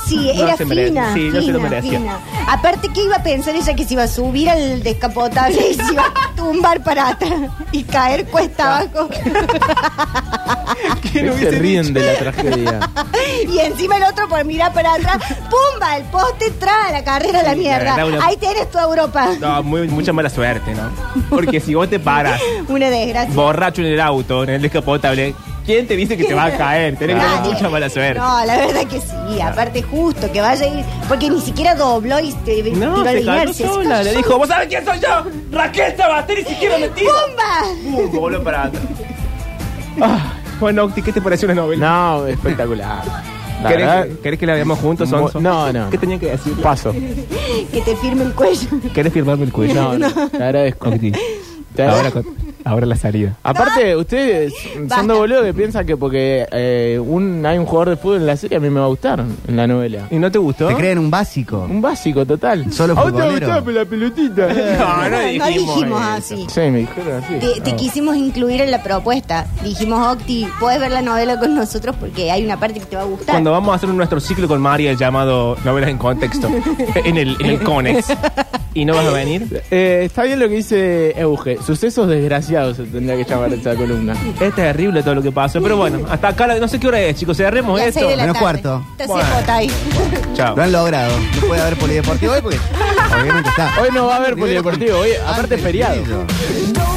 Speaker 3: Sí,
Speaker 4: No
Speaker 3: era
Speaker 4: se merece,
Speaker 3: fina.
Speaker 4: sí, no se lo
Speaker 3: fina,
Speaker 4: merecía.
Speaker 3: fina. Aparte, ¿qué iba a pensar ella que se iba a subir al descapotable y se iba a tumbar para atrás y caer cuesta abajo?
Speaker 2: Se ríen de la tragedia.
Speaker 3: y encima el otro por mirar para atrás, ¡pumba! El poste trae la carrera a la mierda.
Speaker 4: verdad, una-
Speaker 3: Ahí tenés tu Europa.
Speaker 4: No, muy- mucha mala suerte, ¿no? Porque si vos te paras
Speaker 3: Una desgracia.
Speaker 4: borracho en el auto, en el descapotable, ¿quién te dice que te va a caer? Tenés que tener
Speaker 3: Nadie.
Speaker 4: mucha mala suerte.
Speaker 3: No, la verdad que sí. Aparte, justo que vaya a ir. Porque ni siquiera dobló y te
Speaker 4: No,
Speaker 3: tiró
Speaker 4: se
Speaker 3: la
Speaker 4: cayó
Speaker 3: inercia. se
Speaker 4: sola. Le
Speaker 3: cayó.
Speaker 4: dijo, ¿vos sabés quién soy yo? Raquel Sabater, y siquiera me tiro.
Speaker 3: ¡Pumba!
Speaker 4: ¡Pum! Voló Uh, para atrás. Ah, bueno, Octi, ¿qué te pareció la novela?
Speaker 2: No, espectacular. La
Speaker 4: ¿Querés,
Speaker 2: verdad,
Speaker 4: que, querés que la veamos juntos,
Speaker 2: mu-
Speaker 4: Sonso?
Speaker 2: No, no.
Speaker 4: ¿Qué tenía que decir?
Speaker 2: Paso.
Speaker 3: Que te firme el cuello.
Speaker 4: ¿Querés firmarme el cuello?
Speaker 2: Pues No, no. Te agradezco. Te
Speaker 4: Ahora,
Speaker 2: agradezco.
Speaker 4: con- ahora la salida.
Speaker 2: Aparte, ustedes son dos boludos que piensan que porque eh, un, hay un jugador de fútbol en la serie, a mí me va a gustar en la novela.
Speaker 4: ¿Y no te gustó?
Speaker 1: Te creen un básico.
Speaker 2: Un básico total.
Speaker 1: Solo
Speaker 2: ¿A vos te va a
Speaker 1: futbolero.
Speaker 2: gustar pero la pelotita?
Speaker 4: Ah, No, no
Speaker 3: No dijimos así.
Speaker 2: Sí, me dijeron así.
Speaker 3: Te, te
Speaker 2: No.
Speaker 3: quisimos incluir en la propuesta. Dijimos, Octi, puedes ver la novela con nosotros porque hay una parte que te va a gustar.
Speaker 4: Cuando vamos a hacer nuestro ciclo con María llamado Novelas en Contexto, en el, en el CONEX. ¿Y no vas a venir?
Speaker 2: Eh, está bien lo que dice Euge. Sucesos desgraciados se tendría que llamar esa columna.
Speaker 4: Es terrible todo lo que pasó, pero bueno, hasta acá, la- no sé qué hora es, chicos, cerremos
Speaker 3: Las
Speaker 4: esto.
Speaker 3: seis de la
Speaker 1: Menos
Speaker 3: tarde.
Speaker 1: cuarto.
Speaker 3: Te hacía jota ahí.
Speaker 4: Chao.
Speaker 1: Lo han logrado. No puede haber polideportivo hoy porque obviamente está.
Speaker 2: Hoy no va a haber polideportivo, hoy aparte es feriado.
Speaker 1: Antes del brillo.